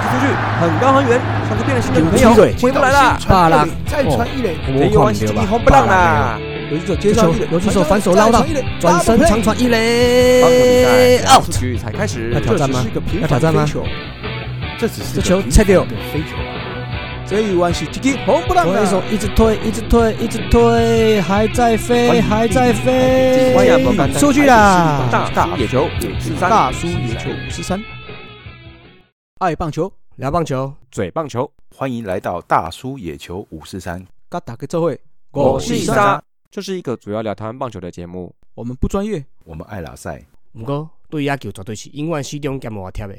很高很远，像是变了心的丢朋踢友腿回不来啦。巴拉再传一垒，没有关系，一红不让啦。游击手接球，游击手反手捞到，转身长传一棒球比垒赛，out 出。局才开始要。挑战吗这只是一个平要凡挑战吗飞球？这只是这个球平菜掉凡的飞球啊！这一弯是积极红不让左右手啦。一直推，一直推，一直推，还在飞，还在飞弯也不敢，出去啦！大啊叔野球五四三，大叔野球五十三，爱棒球，聊棒球，嘴棒球，欢迎来到大叔野球五四三，嘎打给这会，我是是伊沙，这是一个主要聊台湾棒球的节目。我们不专业，我们爱拉赛毋过对野球绝对是永远始终兼无贴的。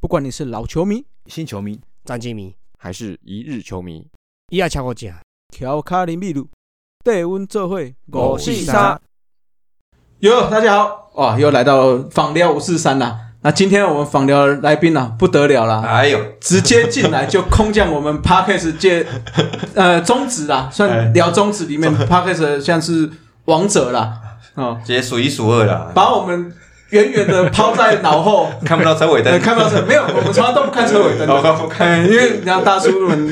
不管你是老球迷、新球迷，詹金明，还是一日球迷，伊也超过正。乔卡林秘鲁，对温这会，我是沙，哟，大家好，哇，又来到访聊五四三啦。那今天我们访聊的来宾啊，不得了啦，哎呦，直接进来就空降我们 podcast 界，呃，宗旨啦，哎算聊宗旨里面 podcast 的像是王者啦，哦，直接数一数二啦，把我们远远的抛在脑后， 看不到车尾呃，灯，看不到车，没有，我们从来都不看车尾灯的，哎我看不看因为人家大叔们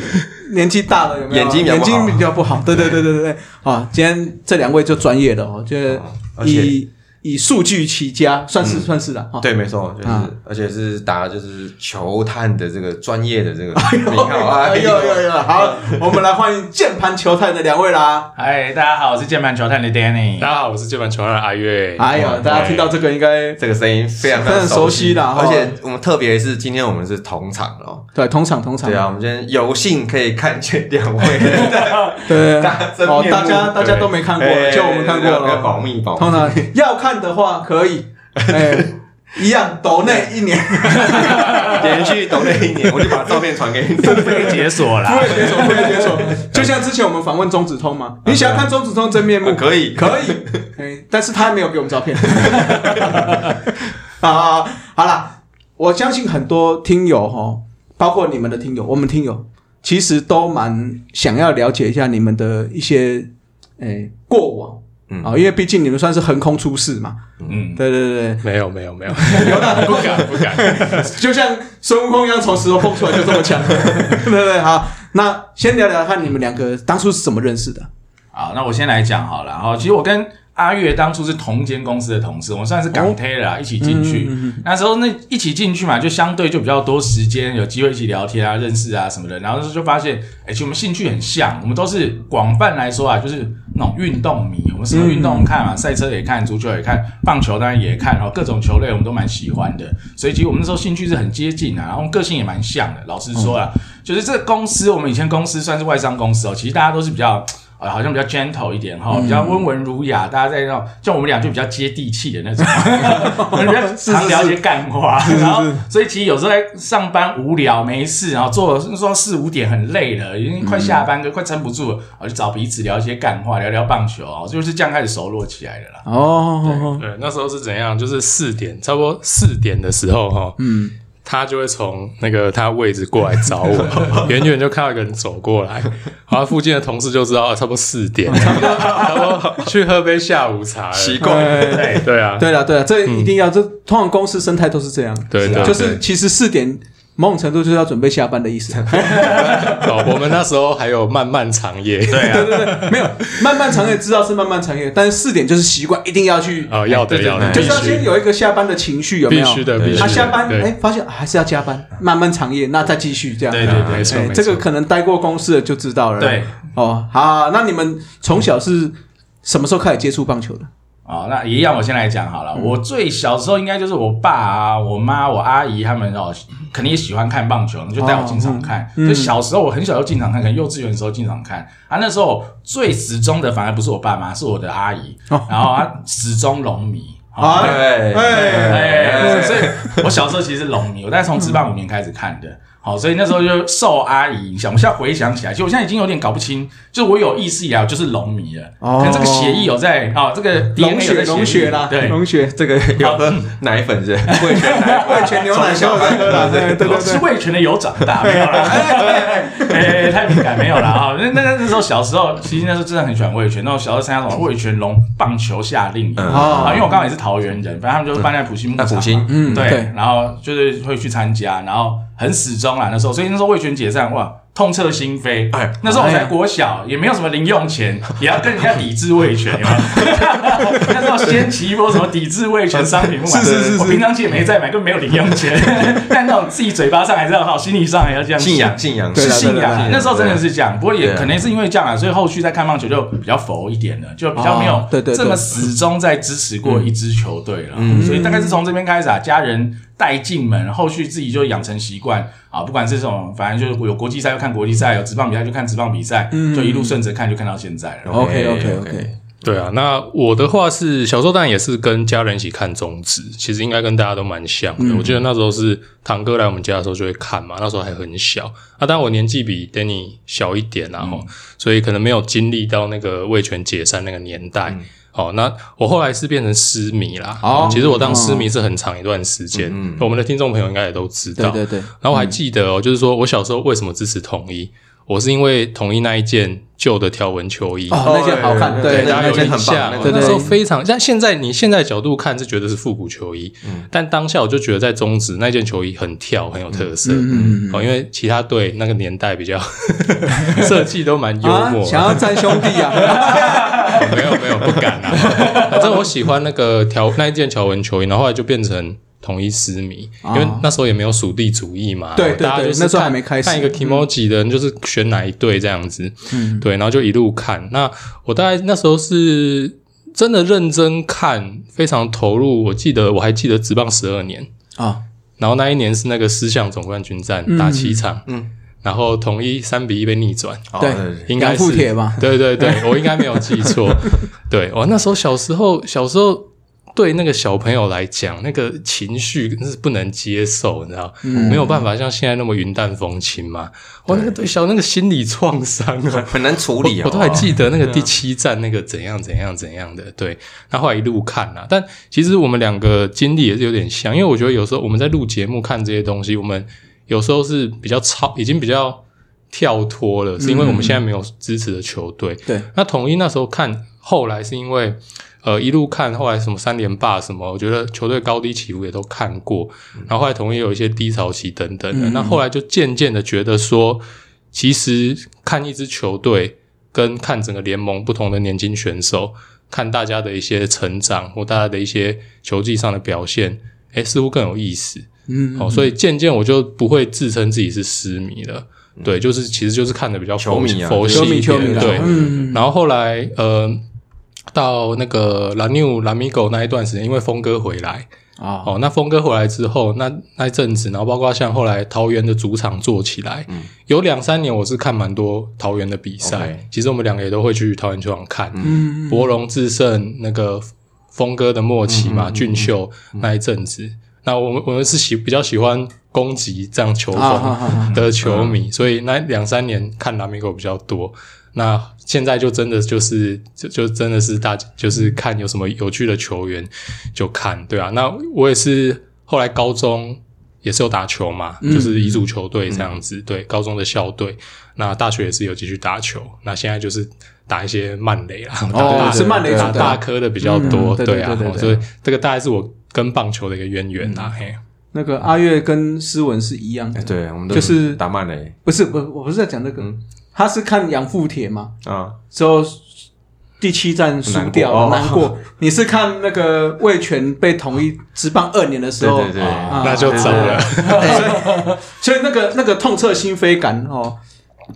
年纪大了，有没有？眼睛比较眼不好睛比较不好，对对对对对对，啊，今天这两位就专业的哦，就是啊而且嗯以以数据起家，算是算是了，哦对，没错，就是啊而且是打就是球探的这个专业的这个名号啊，嗯哎呦呦呦！好，我们来欢迎键盘球探的两位啦！嗨，大家好，我是键盘球探的 Danny。大家好，我是键盘球员阿月。哎呦，嗯大家听到这个应该这个声音非常非常熟熟悉啦哈而且我们特别是今天我们是同场哦，对同场同场对啊，我们今天有幸可以看见两位的对真面目哦，大家大家都没看过，哎就我们看过要要保了。密保通密，常要看的话可 以，哎，一样抖内一年，连续抖了一年，我就把照片传给你，被解锁 不啦会！解锁，不会解锁。就像之前我们访问钟子通嘛，你想要看钟子通真面目啊，可以可以，哎，但是他没有给我们照片。好好，好好啦，我相信很多听友哈，包括你们的听友，我们听友其实都蛮想要了解一下你们的一些诶、哎过往。嗯啊、因为毕竟你们算是横空出世嘛，嗯，对对对，没有没有没有，有啦，不敢不敢。就像孙悟空一样从石头蹦出来就这么强，对对对，好，那先聊聊看你们两个当初是怎么认识的，好，那我先来讲好了。然后，其实我跟阿月当初是同间公司的同事，我们算是港推啦，一起进去。那时候那一起进去嘛，就相对就比较多时间，有机会一起聊天啊、认识啊什么的。然后就发现，哎、其实我们兴趣很像，我们都是广泛来说啊，就是那种运动迷，我们什么运动看嘛，赛车也看，足球也看，棒球当然也看，然后各种球类我们都蛮喜欢的。所以其实我们那时候兴趣是很接近啊，然后个性也蛮像的。老实说啊，就是这个公司，我们以前公司算是外商公司哦，其实大家都是比较。呃，好像比较 gentle 一点哈，比较温文儒雅，大家在那种，像我们俩就比较接地气的那种，我们比较常聊一些干话，然后所以其实有时候在上班无聊没事，然后做说四五点很累了，已经快下班了，快撑不住了，我就找彼此聊一些干话，聊聊棒球哦，就是这样开始熟络起来的啦。哦，对，那时候是怎样？就是四点，差不多四点的时候哈，嗯，他就会从那个他位置过来找我，远远就看到一个人走过来，然后附近的同事就知道，哦差不多四 点，差不多去喝杯下午茶了。习惯对对啊，对了，对了，这一定要，这通常公司生态都是这样，对对啊就对是其实四点某种程度就是要准备下班的意 思。哦我们那时候还有漫漫长夜，对对对对，没有漫漫长夜知道是漫漫长夜，但是四点就是习惯，一定要去， 哦，要的要的，就必是要须先有一个下班的情绪，有没必有？须的，对必须的。他下班对哎，发现啊还是要加班，漫漫长夜，那再继续这样。对对对没错哎没这错个可能待过公司的就知道了。对，哦，好，那你们从小是什么时候开始接触棒球的？哦，那一样，我先来讲好了。我最小时候应该就是我爸啊、我妈、我阿姨他们哦，肯定也喜欢看棒球，就带我进场看。就小时候我很小就进场看，可能幼稚园的时候进场看。啊，那时候最始终的反而不是我爸妈，是我的阿姨，然后她始终龙迷。哦啊哎哎，所以我小时候其实是龙迷，我大概从自棒五年开始看的。好，所以那时候就受阿姨影响。我现在回想起来，其实我现在已经有点搞不清，就是我有意识以来我就是龙迷了。哦可能这个协议有在哦，这个 DNA 龙有血，在协议龙血啦，对，龙血，这个有喝奶粉是不是味全奶粉，味全牛奶从小都有在喝啦对对对我吃味全的有长大，没有啦，哎哎哎哎太敏感没有啦啊！那那那时候小时候，其实那时候真的很喜欢味全，那时候小时候参加什么味全龙棒球夏令营嗯啊，因为我刚好也是桃园人，反正他们就是办在普星牧那场虎嘛，星，嗯，对，对然后就是会去参加，然后很始终啦那时候，所以那时候魏全解散哇，痛彻心扉。哎，那时候我才国小，也没有什么零 用钱，也要跟人家抵制魏全，有没 有那时候掀起一波什么抵制魏全商品不 买，是是是是我平常其实也没在买，根本没有零用钱， 但那种自己嘴巴上还是要好，心理上还要这样信想仰信仰对是啦信对啦仰。那时候真的对是这样，不过也对啊可能是因为这样啊，所以后续在看棒球就比较佛一点了，就比较没哦对有对对嗯这么始终在支持过一支球队了。所以大概是从这边开始啊，家人带进门，后续自己就养成习惯啊，不管是这种，反正就是有国际赛就看国际赛，有职棒比赛就看职棒比赛，嗯就一路顺着看就看到现在了。 OK OK OK，对嗯啊，那我的话是小时候当然也是跟家人一起看中职，其实应该跟大家都蛮像嗯的。我记得那时候是堂哥来我们家的时候就会看嘛，那时候还很小啊，但我年纪比 Danny 小一点嗯然后、所以可能没有经历到那个魏权解散那个年代。好、那我后来是变成狮迷啦。嗯哦嗯其实我当狮迷是很长一段时间，我们的听众朋友应该也都知道。对对对，然后我还记得哦，就是说我小时候为什么支持统一，我是因为统一那一件旧的条纹球衣。哦，那件好看，对对，大对家有那件很印棒象那，个那对时候非常。但现在你现在角度看是觉得是复古球衣，嗯但当下我就觉得在中职那件球衣很跳，很有特色。嗯哦，因为其他队那个年代比较 设计都蛮幽啊，默的，想要战兄弟 啊，没有没有不敢啊。反正我喜欢那个条那一件条纹球衣，然后后来就变成。统一私迷，因为那时候也没有属地主义嘛，哦对对大家对就是那时候看还没开始嗯看一个 emoji 的人就是选哪一队这样子，对，然后就一路看。那我大概那时候是真的认真看，非常投入。我记得我还记得职棒十二年，啊，然后那一年是那个狮项总冠军战、嗯打七场，然后统一三比一被逆转，哦对应该杨富是铁吧对对 对，我应该没有记错。对，我那时候小时候，小时候对那个小朋友来讲，那个情绪是不能接受，你知道，嗯没有办法像现在那么云淡风轻嘛。哇，那个对小那个心理创伤啊，很难处理啊，我都还记得那个第七站那个怎样怎样怎样的，对，那后来一路看啦。但其实我们两个经历也是有点像，因为我觉得有时候我们在录节目看这些东西，我们有时候是比较超，已经比较跳脱了，是因为我们现在没有支持的球队。对，那统一那时候看，后来是因为呃一路看，后来什么三连霸什么，我觉得球队高低起伏也都看过，然后后来统一有一些低潮期等等的，那后来就渐渐的觉得说，其实看一支球队跟看整个联盟不同的年轻选手，看大家的一些成长或大家的一些球技上的表现，哎，似乎更有意思。嗯，哦，所以渐渐我就不会自称自己是狮迷了。对，就是其实就是看的比较佛球迷啊佛系球迷一嗯球迷点，啦对，嗯，然后后来呃，到那个拉纽拉米狗那一段时间，因为峰哥回来啊哦，那峰哥回来之后，那那一阵子，然后包括像后来桃园的主场做起来，嗯有两三年我是看蛮多桃园的比赛。 OK 其实我们两个也都会去桃园球场看，嗯博龙制胜那个峰哥的默契嘛，俊秀那一阵子。那我们我们是喜比较喜欢攻击这样球啊啊啊风的球迷，所以那两三年看拉米狗比较多。那现在就真的就是就就真的是大就是看有什么有趣的球员就看，对啊。那我也是后来高中也是有打球嘛，嗯就是乙组球队这样子，对，高中的校队。那大学也是有继续打球，那现在就是打一些慢垒啦，打哦大是慢垒组打的大科的比较嗯多，对对对啊对对，对嗯哦所以这个大概是我跟棒球的一个渊源啦，嘿，那个阿月跟诗文是一样的哎，嗯对，我们都就是打慢嘞不是不，我不是在讲这个，他是看杨富铁嘛，啊，之后第七站输掉了，难难哦过。你是看那个魏权被统一执棒二年的时对候，对对，啊那就走了，所以那个那个痛彻心扉感哦，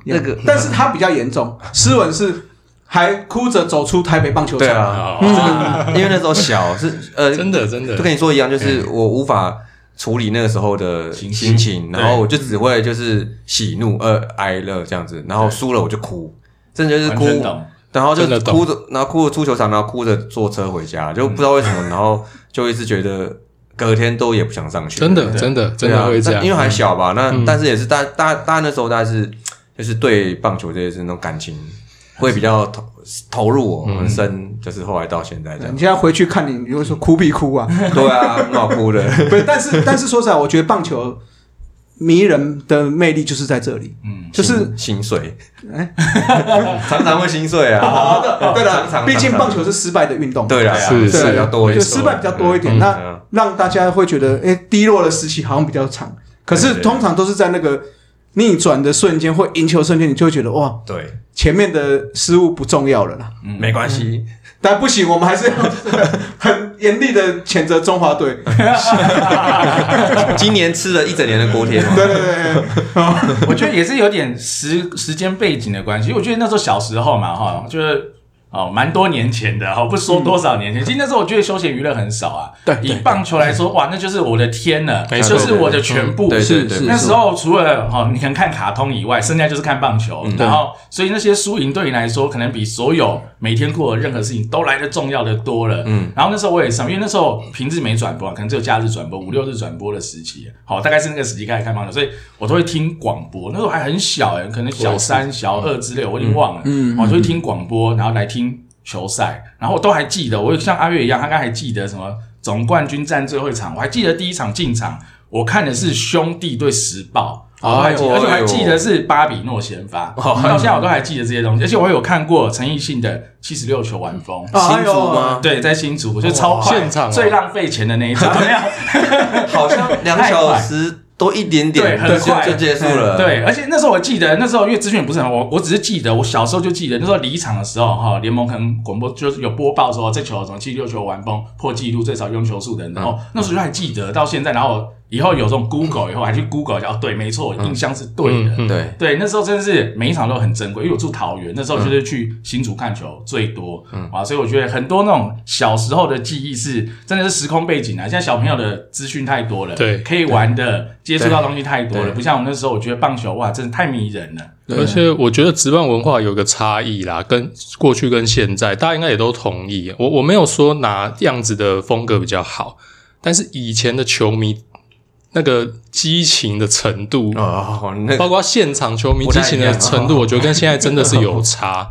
那个，但是他比较严重，诗文是还哭着走出台北棒球场，对啊，哦因为那时候小是呃，真的真就的，跟你说一样，就是我无法处理那个时候的嗯情绪心情，对嗯然后我就只会就是喜怒呃哀乐这样子，然后输了我就哭，真的就是完哭，全懂。然后就真的懂哭着，然后哭着出球场，然后哭着坐车回嗯家，就不知道为什么，然后就一直觉得隔天都也不想上学，真的对真的真对啊的会这但样，嗯因为嗯还小吧，那但是也是大大大那时候大概是就是对棒球这些事那种感情会比较投投入嗯我很深，就是后来到现在这样 你，现在回去看你，你 会说哭必哭啊，对啊，很好哭的，不是，但是但是说实在，我觉得棒球迷人的魅力就是在这里，嗯，就是心碎，常常会心碎啊。好 的，对啦常常，毕竟棒球是是失败的运动，对啦，对啊是对是比较多一就点，失败比较多一点，嗯那对啊让大家会觉得，哎，低落的时期好像比较长，可对是对通常都是在那个逆转的瞬间或赢球瞬间，你就会觉得哇，对，前面的失误不重要了啦。没关系，但不行，我们还是要很严厉的谴责中华 队。今年吃了一整年的锅贴嘛，对对对，对 我觉得也是有点时时间背景的关系，因为我觉得那时候小时候嘛，哈，就是。哦，蛮多年前的哈，不说多少年前，其实那时候我觉得休闲娱乐很少啊。对以棒球来说，哇，那就是我的天了，没错就是我的全部。对对对是对，那时候除了哈、哦，你可能看卡通以外，剩下就是看棒球，然后所以那些输赢对你来说，可能比所有每天过的任何事情都来的重要的多了。嗯，然后那时候我也上，因为那时候平日没转播，可能只有假日转播，五六日转播的时期，好、大概是那个时期开始看棒球，所以我都会听广播。那时候还很小哎、可能小三、小二之类，我已经忘了。嗯，我、就会听广播，然后来听球赛，然后我都还记得，我也像阿月一样，他刚才还记得什么总冠军战最后一场，我还记得第一场进场，我看的是兄弟对时报，我都还记得，哎呦而且我还记得是巴比诺先发，哎到现在我都还记得这些东西，而且我有看过陈奕迅的《七十六球晚风》。哎新呦竹吗？对，在新竹就超快现哦场哦最浪费钱的那一 场，没有好像两小时多一点点，对很快就就结束了。对，而且那时候我记得，那时候因为资讯不是很好，我我只是记得，我小时候就记得那时候离场的时候，哈，联盟可能广播就是有播报说这球什么七六球完封破纪录最少用球数的人，嗯然后那时候就还记得到现在，然后以后有这种 Google 以后还去 Google 一下，哦，对，没错，印象是对的。嗯对，对，那时候真的是每一场都很珍贵，因嗯为我住桃园，那时候就是去新竹看球最多、啊，所以我觉得很多那种小时候的记忆是真的是时空背景啊。现在小朋友的资讯太多了，对可以玩的、接触到东西太多了，对不像我们那时候，我觉得棒球哇，真的太迷人了。对而且啊我觉得职棒文化有个差异啦，跟过去跟现在，大家应该也都同意。我我没有说哪样子的风格比较好，但是以前的球迷那个激情的程度，哦，那包括现场球迷不太激情一的样哦程度，我觉得跟现在真的是 有差。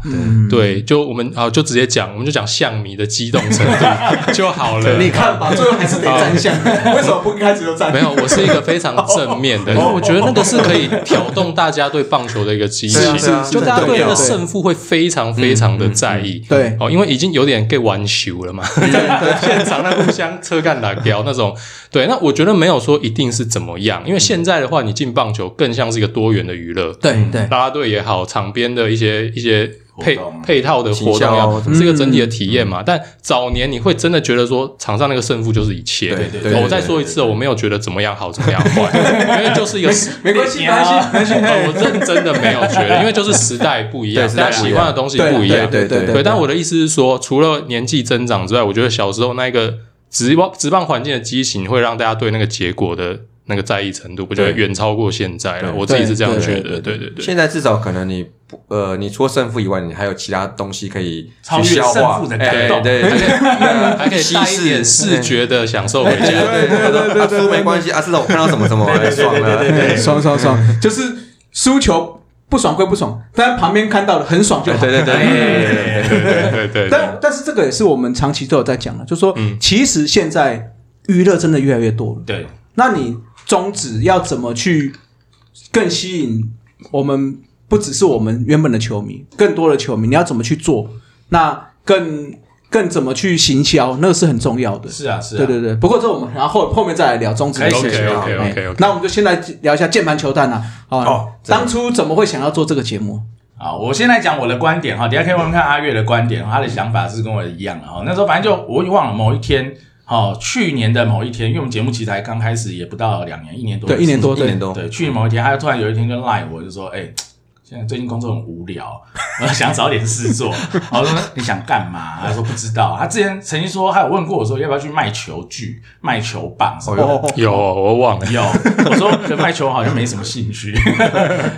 对，就我们啊，就直接讲，我们就讲象迷的激动程度 就好了。你看吧，最后还是得站相， 为什么不一开始就站？没有，我是一个非常正面的，因哦为我觉得那个是可以挑动大家对棒球的一个激情对啊，对啊嗯就大家对那个对胜负会非常非常的在意。对哦，因为已经有点给玩球了嘛，在现场那互相车干打掉那种。对，那我觉得没有说一定是怎么样，因为现在的话，你进棒球更像是一个多元的娱乐，对对啦啦队也好，场边的一些一些配活动啊配套的活行动销也啊好，是一个整体的体验嘛。但早年你会真的觉得说，场上那个胜负就是一切。对对哦对对我再说一次哦，我没有觉得怎么样好，怎么样 坏，因为就是一个时。没关系，没关系，没关系。哦我认真的没有觉得，因为就是时代不一样，对时代大家喜不一样欢的东西不一样。对对对，但我的意思是说，除了年纪增长之外，我觉得小时候那个职棒职棒环境的畸形，会让大家对那个结果的那个在意程度，我觉得对远超过现在了。对我自己是这样对觉对得，对对对。现在至少可能你不呃，你除了胜负以外，你还有其他东西可以超去越消胜化负的感哎啊动对，对对还可以稀带一释点视。觉的享受回对 家。对对对对对，输没关系啊，至少我看到什么什么哎爽了。对，爽爽爽，就是输球不爽归不爽，但旁边看到了很爽就对好。对对对，对对对对对，但但是这个也是我们长期都有在讲的，就说其实现在娱乐真的越来越多了。对，那你宗旨要怎么去更吸引我们？不只是我们原本的球迷，更多的球迷，你要怎么去做？那更更怎么去行销，那个是很重要的。是啊，是啊，对对对，不过这我们然后后后面再来聊宗旨。可以 OK，OK，OK，OK 哎那我们就先来聊一下键盘球蛋啊。哦哦，当初怎么会想要做这个节目？啊，我先来讲我的观点哈，等一下可以问问看阿月的观点，他的想法是跟我一样的哈。那时候反正就我忘了某一天，哦，去年的某一天，因为我们节目其实才刚开始，也不到两年，一年多的对，时一间，年多，一年多对，去年某一天，他就突然有一天就赖我，就说：“哎、现在最近工作很无聊， 我想找点事做。” 我说：“你想干嘛？”他说：“不知道。”他之前曾经说，他有问过我说要不要去卖球具、卖球棒什么的。哦，有我忘了，有，我说对卖球好像没什么兴趣。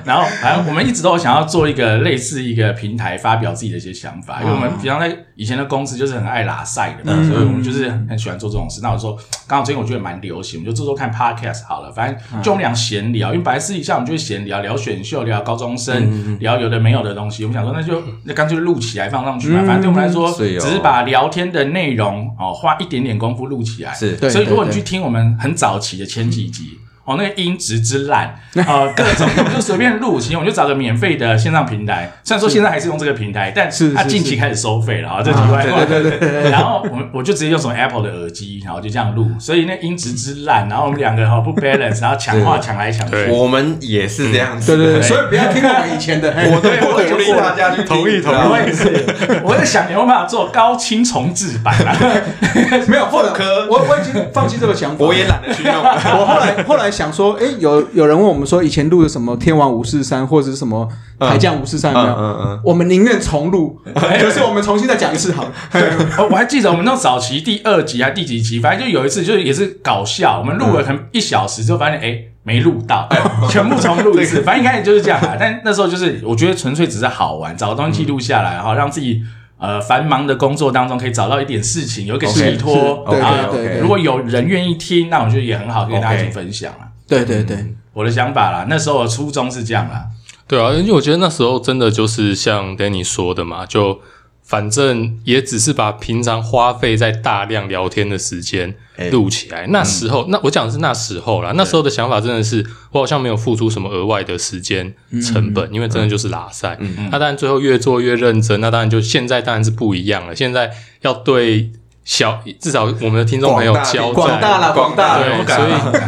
然后反正我们一直都有想要做一个类似一个平台，发表自己的一些想法，因为我嗯们平常在以前的公司就是很爱拉赛的嘛，所以我们就是很喜欢做这种事。那我说刚好最近我觉得蛮流行，我们就做做看 podcast 好了，反嗯正就我们俩闲聊，因为本来私底下我们就是闲聊，聊选秀，聊高中嗯生，聊有的没有的东西。我们想说那就那干脆录起来放上去嘛，反正对我们来说嗯是只哦是把聊天的内容哦花一点点功夫录起来。是对所以如果你去听我们很早期的前几集，哦，那个音质之 烂，呃，各种我就随便录，其实我就找个免费的线上平台，虽然说现在还是用这个平台，但是它是近是期开始收费了啊，这题外话。对对对。然后我我就直接用什么 Apple 的耳机，然后就这样录，所以那音质之烂，然后我们两个哦哈不 balance，然后抢话抢来抢去，对我们也是这样子，对对对，所以不要听我们以前的，我对我鼓励大家去同意同意我也是，我在想有没有办法做高清重置版啊？ 没有后来我我已经放弃这个想法，我也懒得去弄。 我后来后来想说，哎、有有人问我们说，以前录的什么《天王五四三》或者是什么《台将五四三》有没有？嗯嗯嗯我们宁愿重 录，可是我们重新再讲一次好了。 哦我我还记得我们那早期第二集还第几集，反正就有一次就是也是搞笑，我们录了可能一小时之后发现哎。诶没录 到，全部重录一次。反正一开始就是这样啊，但那时候就是我觉得纯粹只是好玩，找个东西记录下来哈，让自己呃繁忙的工作当中可以找到一点事情，有一个 OK，寄托是对啊对对对如果有人愿意听，那我觉得也很好，跟大家一起 OK 分享啊。对对对，我的想法啦，那时候我初衷是这样啦。对啊，因为我觉得那时候真的就是像 Danny 说的嘛，就反正也只是把平常花费在大量聊天的时间哎嗯录起来。那时候，那我讲的是那时候啦，那时候的想法真的是我好像没有付出什么额外的时间嗯成本，因为真的就是拉塞。那当然最后越做越认真，那当然就现在当然是不一样了。现在要对小至少我们的听众朋友广大交代，广大啦，广大啦，对，所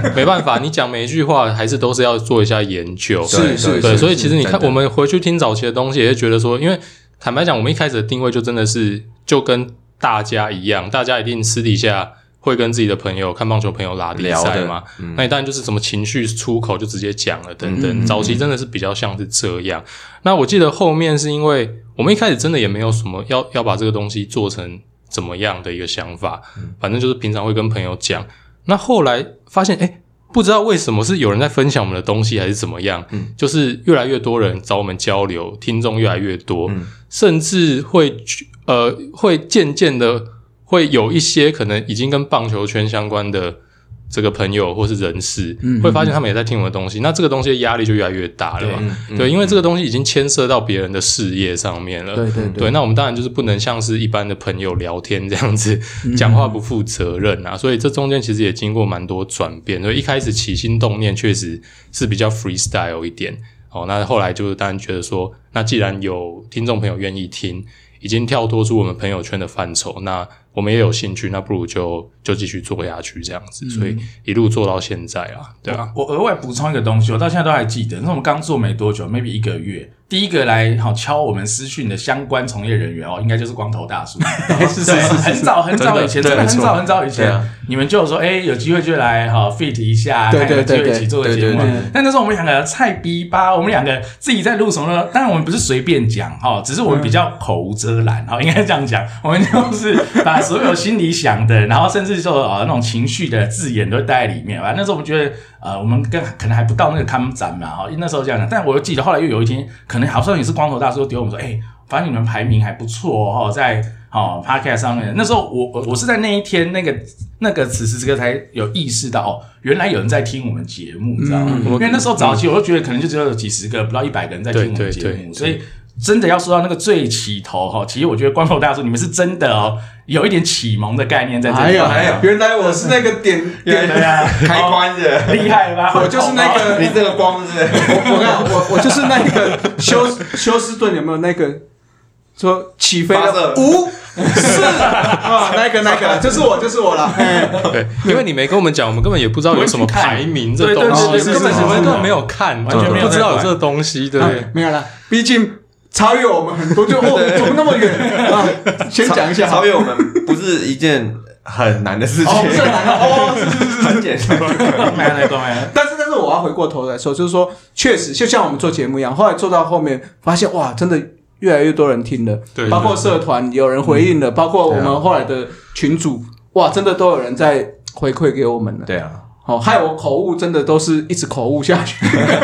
以没办法，你讲每一句话还是都是要做一下研究。是是对，是所以其实你看真，的我们回去听早期的东西，也会觉得说，因为坦白讲，我们一开始的定位就真的是就跟大家一样，大家一定私底下会跟自己的朋友、看棒球朋友拉比聊赛的嘛。那你当然就是什么情绪出口就直接讲了等等。早期真的是比较像是这样。那我记得后面是因为我们一开始真的也没有什么要要把这个东西做成怎么样的一个想法，反正就是平常会跟朋友讲。那后来发现，哎、不知道为什么是有人在分享我们的东西，还是怎么样，就是越来越多人找我们交流，听众越来越多，嗯甚至会去呃会渐渐的会有一些可能已经跟棒球圈相关的这个朋友或是人士，嗯会发现他们也在听我们的东西，那这个东西的压力就越来越大了嘛，嗯对，因为这个东西已经牵涉到别人的事业上面了，对对对对，那我们当然就是不能像是一般的朋友聊天这样子，嗯讲话不负责任啊。所以这中间其实也经过蛮多转变，所以一开始起心动念确实是比较 freestyle 一点。哦，那后来就是当然觉得说，那既然有听众朋友愿意听，已经跳脱出我们朋友圈的范畴，那我们也有兴趣，那不如就就继续做下去这样子。所以一路做到现在啊，对啊，我额外补充一个东西，我到现在都还记得。那我们刚做没多久，maybe 一个月，第一个来好敲我们私讯的相关从业人员哦，应该就是光头大叔。是是是，很早很早以前，真真的的很没错早很早以对前啊，你们就有说，哎，有机会就来哈 fit 一下，对啊看有没有对机会对一起做个对节目啊对对对。但那时候我们两个菜逼吧，我们两个自己在录什么呢？当然我们不是随便讲哈，只是我们嗯比较口无遮拦哈，应该这样讲，我们就是把所有心里想的，然后甚至说啊那种情绪的字眼都带在里面。反正那时候我们觉得呃，我们跟可能还不到那个看展嘛哈，那时候这样讲。但我又记得后来又有一天，可能好像也是光头大叔丢我们说，哎、反正你们排名还不错哦，在哦 podcast 上面。那时候我我我是在那一天那个那个此时此刻才有意识到哦，原来有人在听我们节目，你知道吗？因为那时候早期我就觉得可能就只有几十个，不到一百个人在听我们节目，对对对所以。真的要说到那个最起头哈，其实我觉得光头大叔你们是真的哦，有一点启蒙的概念在这里。还有还有原来我是那个 点点对啊，开关的，厉害吧？我就是那个 你这个光是不是我我看我我就是那个休休斯顿有没有那个说起飞发射的五四 啊那个那个就是我就是我 了，哎对，因为你没跟我们讲，我们根本也不知道有什么我们去看排名这对对东西，对对根本是是我们是根本没有看，完全没有不知道有在管这个东西，对不对？啊没有了，毕竟超越我们很多，就哦怎么那么远啊？先讲一下，超越我们不是一件很难的事情，哦不是很难的哦是是是，很简单。没有没有没有，但是，但是我要回过头来说，就是说，确实就像我们做节目一样，后来做到后面，发现哇，真的越来越多人听了，对包括社团有人回应了，包括我们后来的群主，哇，真的都有人在回馈给我们了。 对啊，好、害我口误，真的都是一直口误下去。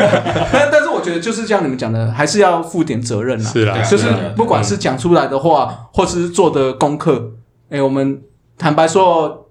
但但是我觉得就是像你们讲的，还是要负点责任啦。啊是啊啦，就是是啦不管嗯是讲出来的话，或是做的功课，哎、我们坦白说，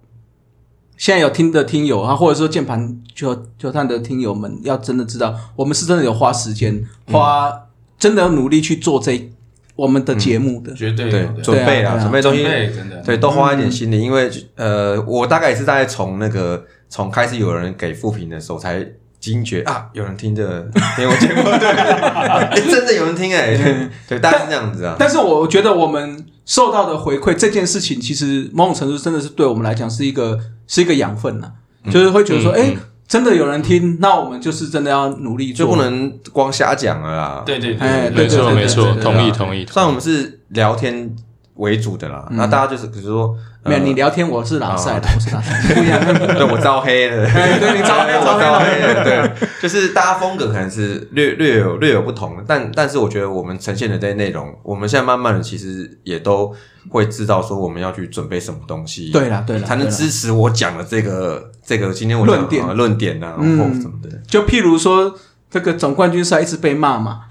现在有听的听友啊，或者说键盘球球探的听友们，要真的知道，我们是真的有花时间，花、嗯真的有努力去做这我们的节目的。绝对对有，的准备对啊啦，准备东准西，备真的对，都花一点心力，因为呃，我大概也是在从那个从开始有人给负评的时候，才惊觉啊，有人听这个听我节 目，对，哎真的有人听哎、对对，大概是这样子啊。嗯但是我觉得我们受到的回馈这件事情，其实某种程度真的是对我们来讲是一个是一个养分呐、嗯就是会觉得说，哎、真的有人听，那我们就是真的要努力就做，不能光瞎讲了啦。对对哎对对，没错对对没错，对对同对意啊同意。虽然我们是聊天为主的啦，那大家就是比如说，嗯呃没有你聊天，我是拉哦塞的，我是拉塞的，不一样。 对我招黑了，哎对你招黑 我招黑招黑了，对，就是大家风格可能是略略有略有不同，但但是我觉得我们呈现的这些内容，我们现在慢慢的其实也都会知道说我们要去准备什么东西，对啦对啦才能对啦支持我讲的这个这个今天我讲的论点论点啊嗯或什么的，就譬如说，这个总冠军赛一直被骂嘛，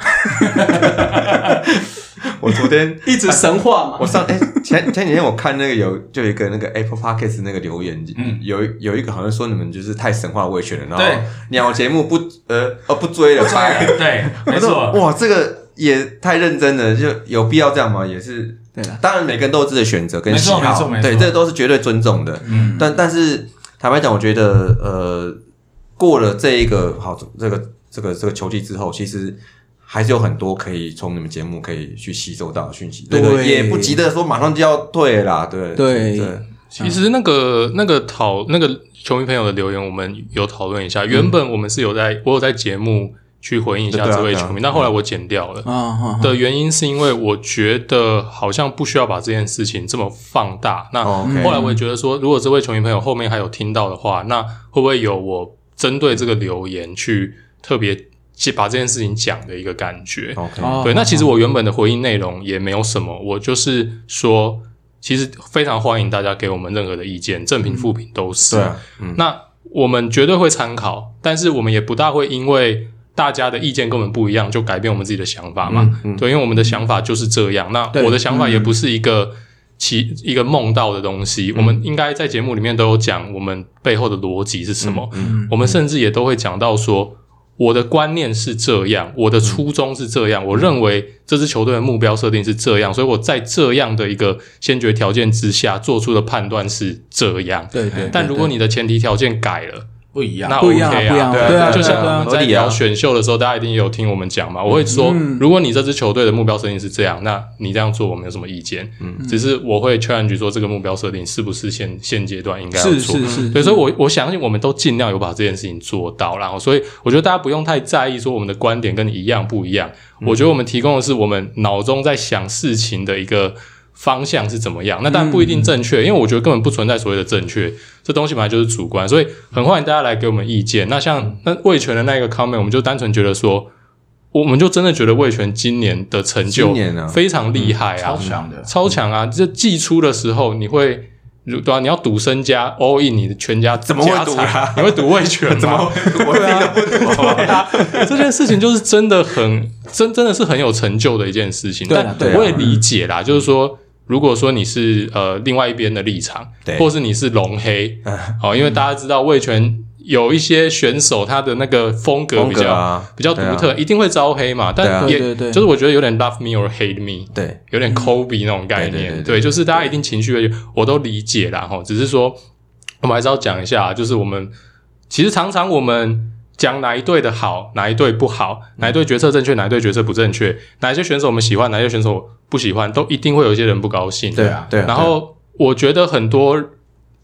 我昨天。一直神话嘛。我上哎、前前几天我看那个有就有一个那个 Apple Podcast 那个留言，嗯有有一个好像说你们就是太神话威权了，然对后鸟节目不呃呃不追了，拍了，对，没我错说，哇，这个也太认真了，就有必要这样吗？也是，对啦，当然每个人都有自己的选择跟喜没错好没错没，错对，这都是绝对尊重的。嗯，但但是坦白讲，我觉得呃，过了这一个好这个这个这个球季之后，其实。还是有很多可以从你们节目可以去吸收到的讯息，这个对也不急得说马上就要退啦，对对对，其实那个那个讨那个球迷朋友的留言，我们有讨论一下。原本我们是有在我有在节目去回应一下对啊这位对啊球迷，那后来我剪掉了。啊哈，的原因是因为我觉得好像不需要把这件事情这么放大。那哦，OK 后来我也觉得说，如果这位球迷朋友后面还有听到的话，那会不会有我针对这个留言去特别去把这件事情讲的一个感觉？ ，OK，哦对，那其实我原本的回应内容也没有什么，我就是说，其实非常欢迎大家给我们任何的意见，正评、负评都嗯是。对啊，嗯，那我们绝对会参考，但是我们也不大会因为大家的意见跟我们不一样就改变我们自己的想法嘛。对，因为我们的想法就是这样。那对我的想法也不是一个其、一个梦到的东西，我们应该在节目里面都有讲我们背后的逻辑是什嗯么。 我嗯们甚至也都会讲到说。我的观念是这样，嗯我的初衷是这样，我认为这支球队的目标设定是这样，所以我在这样的一个先决条件之下做出的判断是这样。对对。但如果你的前提条件改了，不一样那，不 OK 一样不一样啊，对啊对啊就像对啊嗯我们合在理啊聊选秀的时候，大家一定有听我们讲嘛。我会说，如果你这支球队的目标设定是这样，那你这样做我没有什么意见。嗯只是我会 challenge 说这个目标设定是不是现现阶段应该要是做。是是，对，所以我，我相信我们都尽量有把这件事情做到，然后，所以我觉得大家不用太在意说我们的观点跟你一样不一样。我觉得我们提供的是我们脑中在想事情的一个方向是怎么样，那当然不一定正确，因为我觉得根本不存在所谓的正确，这东西本来就是主观，所以很欢迎大家来给我们意见。那像那魏权的那个 comment，我们就单纯觉得说。我们就真的觉得魏权今年的成就今年啊非常厉害啊，超强的，超强啊！这寄出的时候，你会如对啊，你要赌身家 all in 你的全家怎么会赌啊你会赌 味全吗？怎么我听得不懂， 这件事情就是真的很真，真的是很有成就的一件事情。对啊对但啊我也理解啦，就是说。如果说你是呃另外一边的立场对，嗯或是你是龙黑，好、因为大家知道魏权有一些选手他的那个风格风比格较、啊比较独对啊特，一定会招黑嘛。但对啊也对对对就是我觉得有点 love me or hate me，对，有点 Kobe 那种概念，嗯对对对对就是大家一定情绪会，我都理解啦哈，吼只是说我们还是要讲一下，就是我们其实常常我们讲哪一队的好，哪一队不好，哪嗯一队决策正确，哪一队决策不正确，哪一些选手我们喜欢，哪一些选手不喜欢，都一定会有一些人不高兴，对啊对啊，然后我觉得很多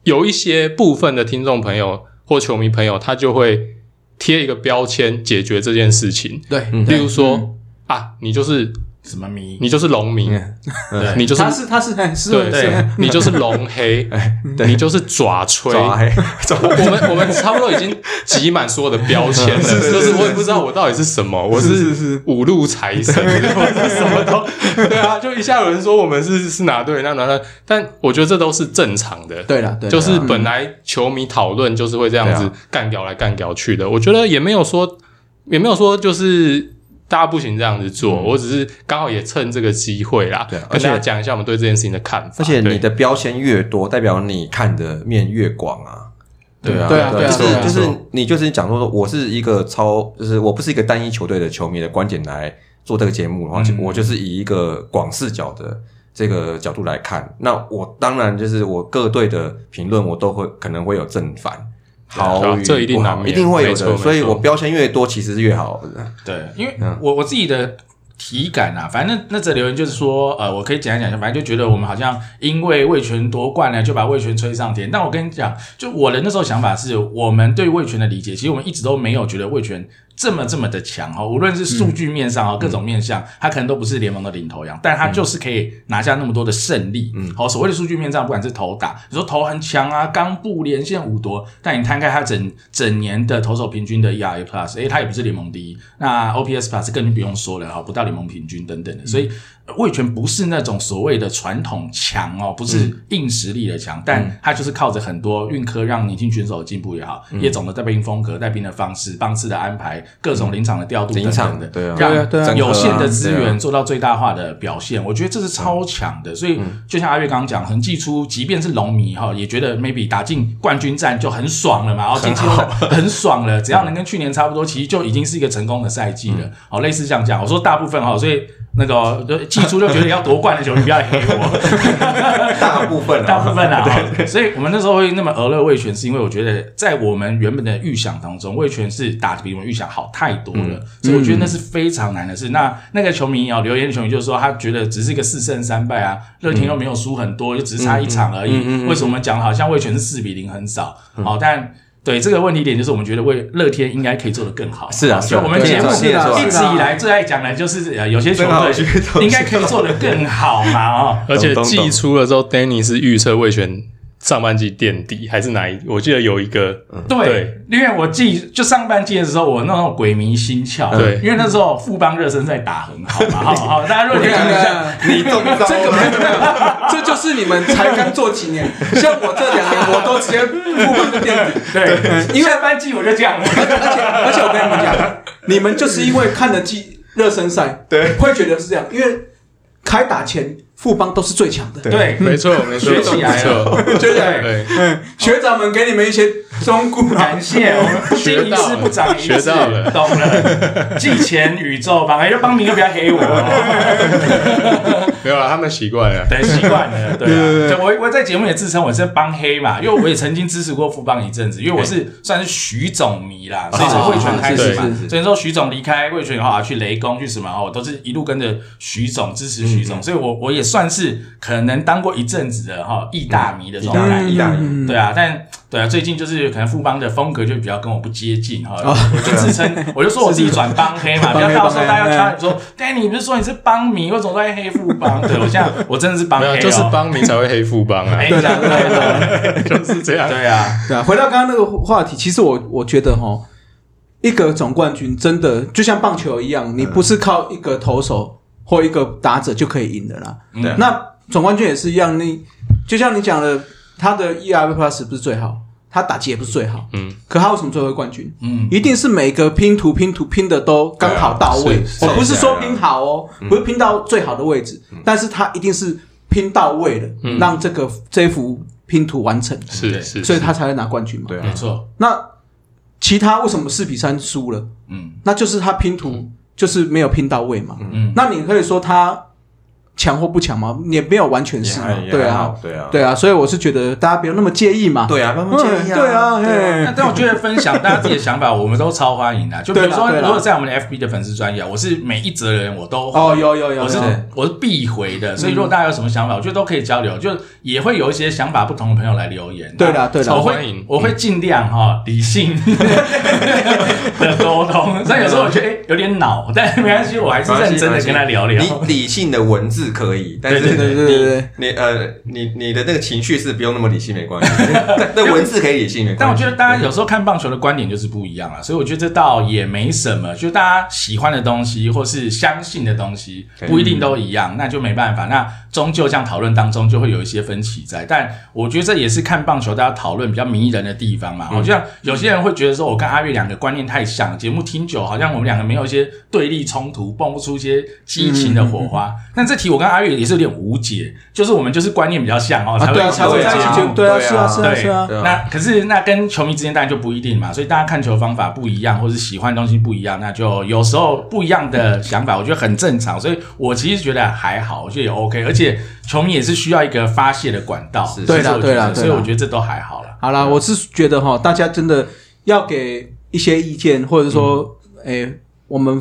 有一些部分的听众朋友或球迷朋友，他就会贴一个标签解决这件事情，对，例如嗯说啊，你就是什么迷，你就是农民。对你就是他是他是哎是对是嗯对，你就是龙 黑，你就是爪吹。抓黑，我 我们我们差不多已经集满所有的标签了， 就是我也不知道我到底是什么，我是五路财神， 我是什么都 对啊，就一下有人说我们是是哪队，那哪队，但我觉得这都是正常的，对啦对嗯啦，就是本来球迷讨论就是会这样啊对子啊干掉来干掉去的，我觉得也没有说也没有说就是。大家不行这样子做，我只是刚好也趁这个机会啦，嗯对啊而跟且大家讲一下我们对这件事情的看法。而且啊对你的标签越多，代表你看的面越广啊。对啊，对啊对啊就对是啊就是你就是讲说，我是一个超，就是我不是一个单一球队的球迷的观点来做这个节目的话，嗯我就是以一个广视角的这个角度来看。那我当然就是我各队的评论，我都会可能会有正反，好对啊与这一定不好难免一定会有没错的。所以没错我标签越多，其实是越好。对，因为我我自己的体感啊，反正那那则留言就是说，呃，我可以简单讲一下，反正就觉得我们好像因为魏权夺冠啊了，就把魏权吹上天。但我跟你讲，就我的那时候想法是，我们对魏权的理解，其实我们一直都没有觉得魏权这么这么的强哦，无论是数据面上哦，各种面上，他可能都不是联盟的领头羊，但他就是可以拿下那么多的胜利。嗯，好，所谓的数据面上，不管是投打，你说投很强啊，冈部连线五夺，但你摊开他整整年的投手平均的 ERA Plus，诶，他也不是联盟第一，那 OPS Plus 更不用说了哈，不到联盟平均等等的，所嗯以。魏权不是那种所谓的传统强哦，不是嗯硬实力的强，但他就是靠着很多运科让年轻选手有进步也好，嗯叶总的带兵风格、带兵的方式、棒次的安排、各种临场的调度嗯等临场等的，对啊让对啊对啊有限的资整合啊对啊源做到最大化的表现，我觉得这是超强的。所以嗯就像阿月刚刚讲，很寄出，即便是龙迷哈，也觉得 maybe 打进冠军战就很爽了嘛，然后进季后赛很爽了，只嗯要能跟去年差不多，其实就已经是一个成功的赛季了。好，类似像这样，我说大部分哈，所以。那个就寄出就觉得要夺冠的球迷不要黑我， 大部分啊 大部 分啊，哦所以我们那时候会那么俄勒魏权，是因为我觉得在我们原本的预想当中，魏权是打得比我们预想好太多了，嗯所以我觉得那是非常难的事。那那个球迷哦，留言的球迷就说他觉得只是一个四胜三败啊，乐天又没有输很多，就只差一场而已。嗯为什么我们讲的好像魏权是四比零很少？好、但。对这个问题点就是，我们觉得为乐天应该可以做得更好。是啊好是啊就我们对节目是啊一是直啊以来最爱讲的就是，呃，有些球真好去队应该可以做得更好嘛，哦。而且懂懂懂寄出了之后，Danny 是预测魏权上半季垫底还是哪一？我记得有一个，嗯对对，因为我记就上半季的时候，我那种鬼迷心窍，对因为那时候富邦热身赛打很好嘛，好好，大家如果对听一下，啊你中招这个没了，有没有，这就是你们才刚做几 年，像我这两年我都直接不分的垫底。对，因为上半季我就这样了，嗯而且而且我跟你们讲，你们就是因为看了季热身赛，对，会觉得是这样，因为开打前富邦都是最强的，对，没 错没错，学起来了没错对不对？对，学长们给你们一些忠告，感谢我们不经一事不长一学智到了，懂了，季前宇宙帮，哎，就帮明哥不要黑我哦。没有啊啦，他们习惯了。对，习惯了，对啊。就我我在节目也自称我是帮黑嘛，因为我也曾经支持过富邦一阵子，因为我是算是徐总迷啦，所以从魏权开始嘛是是是。所以说徐总离开魏权以后啊，去雷公去什么哦，我都是一路跟着徐总支持徐总，所以我我也算是可能当过一阵子的哈义大迷的状态，义大迷嗯对啊，但对啊，最近就是可能富邦的风格就比较跟我不接近哈，我就自称，我就说我自己转帮黑嘛，不帮黑要到时候大帮黑家圈里说，但你不是说你是帮迷，为什么都在黑富 邦？对我现在我真的是帮没黑有，啊哦，就是帮民才会黑富帮 啊哎，，对对对， 就是这样。对啊，对啊，回到刚刚那个话题，其实我我觉得哈，一个总冠军真的就像棒球一样，你不是靠一个投手或一个打者就可以赢的啦。对那总冠军也是一样，你就像你讲的，他的 ERA Plus 不是最好，他打击也不是最好，嗯，可他为什么最后会冠军？嗯，一定是每个拼图拼图拼的都刚好到位对啊是，我是不是说拼好哦，不是拼到最好的位置，但是他一定是拼到位了，让这个这幅拼图完成，是是，所以他才会拿冠军嘛。对没啊，错，那其他为什么四比三输了？嗯那就是他拼图就是没有拼到位嘛。嗯，那你可以说他强或不强吗？也没有完全是嘛也还，对，也还啊好，对啊，对啊，所以我是觉得大家不要那么介意嘛。对啊，慢慢建议嗯对啊，对那嘿，但我觉得分享大家自己的想法，我们都超欢迎的。啊就比如对啦说，对如啦果在我们的 FB 的粉丝专页，我是每一则人我都哦，有有有我是有，嗯我是必回的，所以如果大家有什么想法，我觉得都可以交流，就也会有一些想法不同的朋友来留言。对啦对啦我欢会迎嗯我会尽量哈理 性的沟通，所以有时候我觉得哎有点恼，但没关系，我还是认真的跟他聊聊。你理性的文字可以，但是对对对对对你你呃，你你的那个情绪是不用那么理性，没关 系。但但文字可以理性，没关系。但我觉得大家有时候看棒球的观点就是不一样啊，所以我觉得这倒也没什么，就大家喜欢的东西或是相信的东西对不一定都一样，那就没办法。那终究这样讨论当中就会有一些分歧在，但我觉得这也是看棒球大家讨论比较迷人的地方嘛。嗯好、像有些人会觉得说，我哦跟阿月两个观念太像，节目听久好像我们两个没有一些对立冲突，蹦不出一些激情的火嗯花。但这题我跟阿月也是有点无解，就是我们就是观念比较像哦，才啊，会对啊，才会在一起做这个节目就对啊，对啊是啊，是啊，对是啊，对啊那可是那跟球迷之间当然就不一定嘛，所以大家看球方法不一样，或是喜欢的东西不一样，那就有时候不一样的想法，我觉得很正常。所以我其实觉得还好，我觉得也 OK，而且球迷也是需要一个发泄的管道，是其实对啦我觉得对啦对啦所以我觉得这都还好啦。好啊啦，我是觉得哈，大家真的要给一些意见，或者说，嗯哎、我们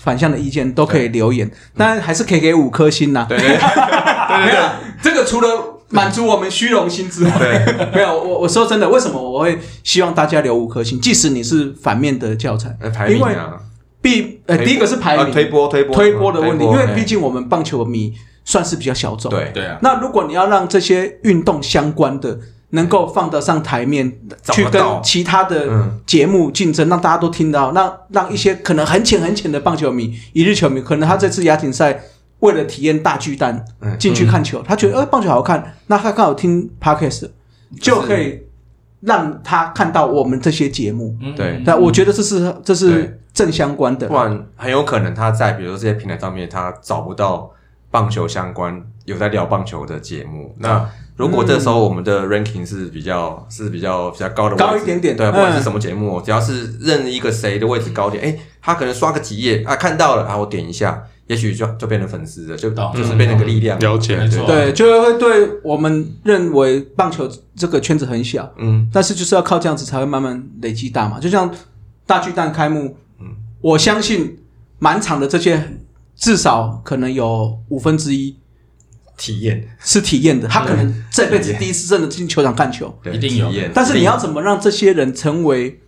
反向的意见都可以留言，当然还是可以给五颗星呐。对 对没有啦，这个除了满足我们虚荣心之外，对， 没有，我我说真的，为什么我会希望大家留五颗星？即使你是反面的教材，呃排名因为啊，必呃，推第一个是排名、呃推波推波推波的问题，推因波为哎毕竟我们棒球迷算是比较小众。，对对啊，那如果你要让这些运动相关的能够放得上台面，找去得跟到其他的嗯节目竞争，让大家都听到，让让一些可能很浅很浅的棒球迷、一日球迷，可能他这次亚锦赛为了体验大巨蛋嗯进去看球，他觉得呃棒球好看，那他刚好听 podcast 就可以让他看到我们这些节目。嗯对那我觉得这是这是对正相关的不。然很有可能他在比如说这些平台上面，他找不到棒球相关有在聊棒球的节目。嗯那如果这时候我们的 ranking 是比较是比较比较高的高位置，一点点对，不管嗯是什么节目，只要是任一个谁的位置高点，哎，他可能刷个几页啊，看到了啊，我点一下，也许就就变成粉丝了，就懂就是变成个力量，了解嗯没错，哦对，就会对我们认为棒球这个圈子很小，嗯，但是就是要靠这样子才会慢慢累积大嘛。就像大巨蛋开幕，嗯我相信满场的这些至少可能有五分之一体验，是体验的，他可能这辈子体验第一次真的进球场看球。对一定有体验但是你要怎么让这些人成为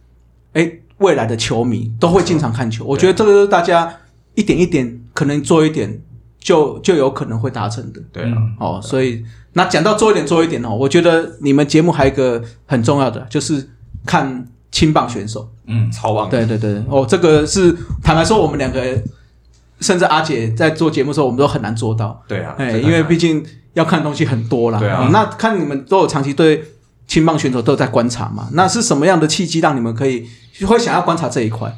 哎未来的球迷，都会经常看球？我觉得这个就是大家一点一点，可能做一点，就就有可能会达成的。对啊，嗯，哦，所以那讲到做一点做一点哦，我觉得你们节目还有一个很重要的，就是看青棒选手。嗯，超棒，对对对对，哦，这个是坦白说，我们两个甚至阿姐在做节目的时候，我们都很难做到，对啊，哎，真的因为很毕竟要看东西很多啦。对啊嗯那看你们都有长期对青棒选手都有在观察嘛，那是什么样的契机让你们可以会想要观察这一块？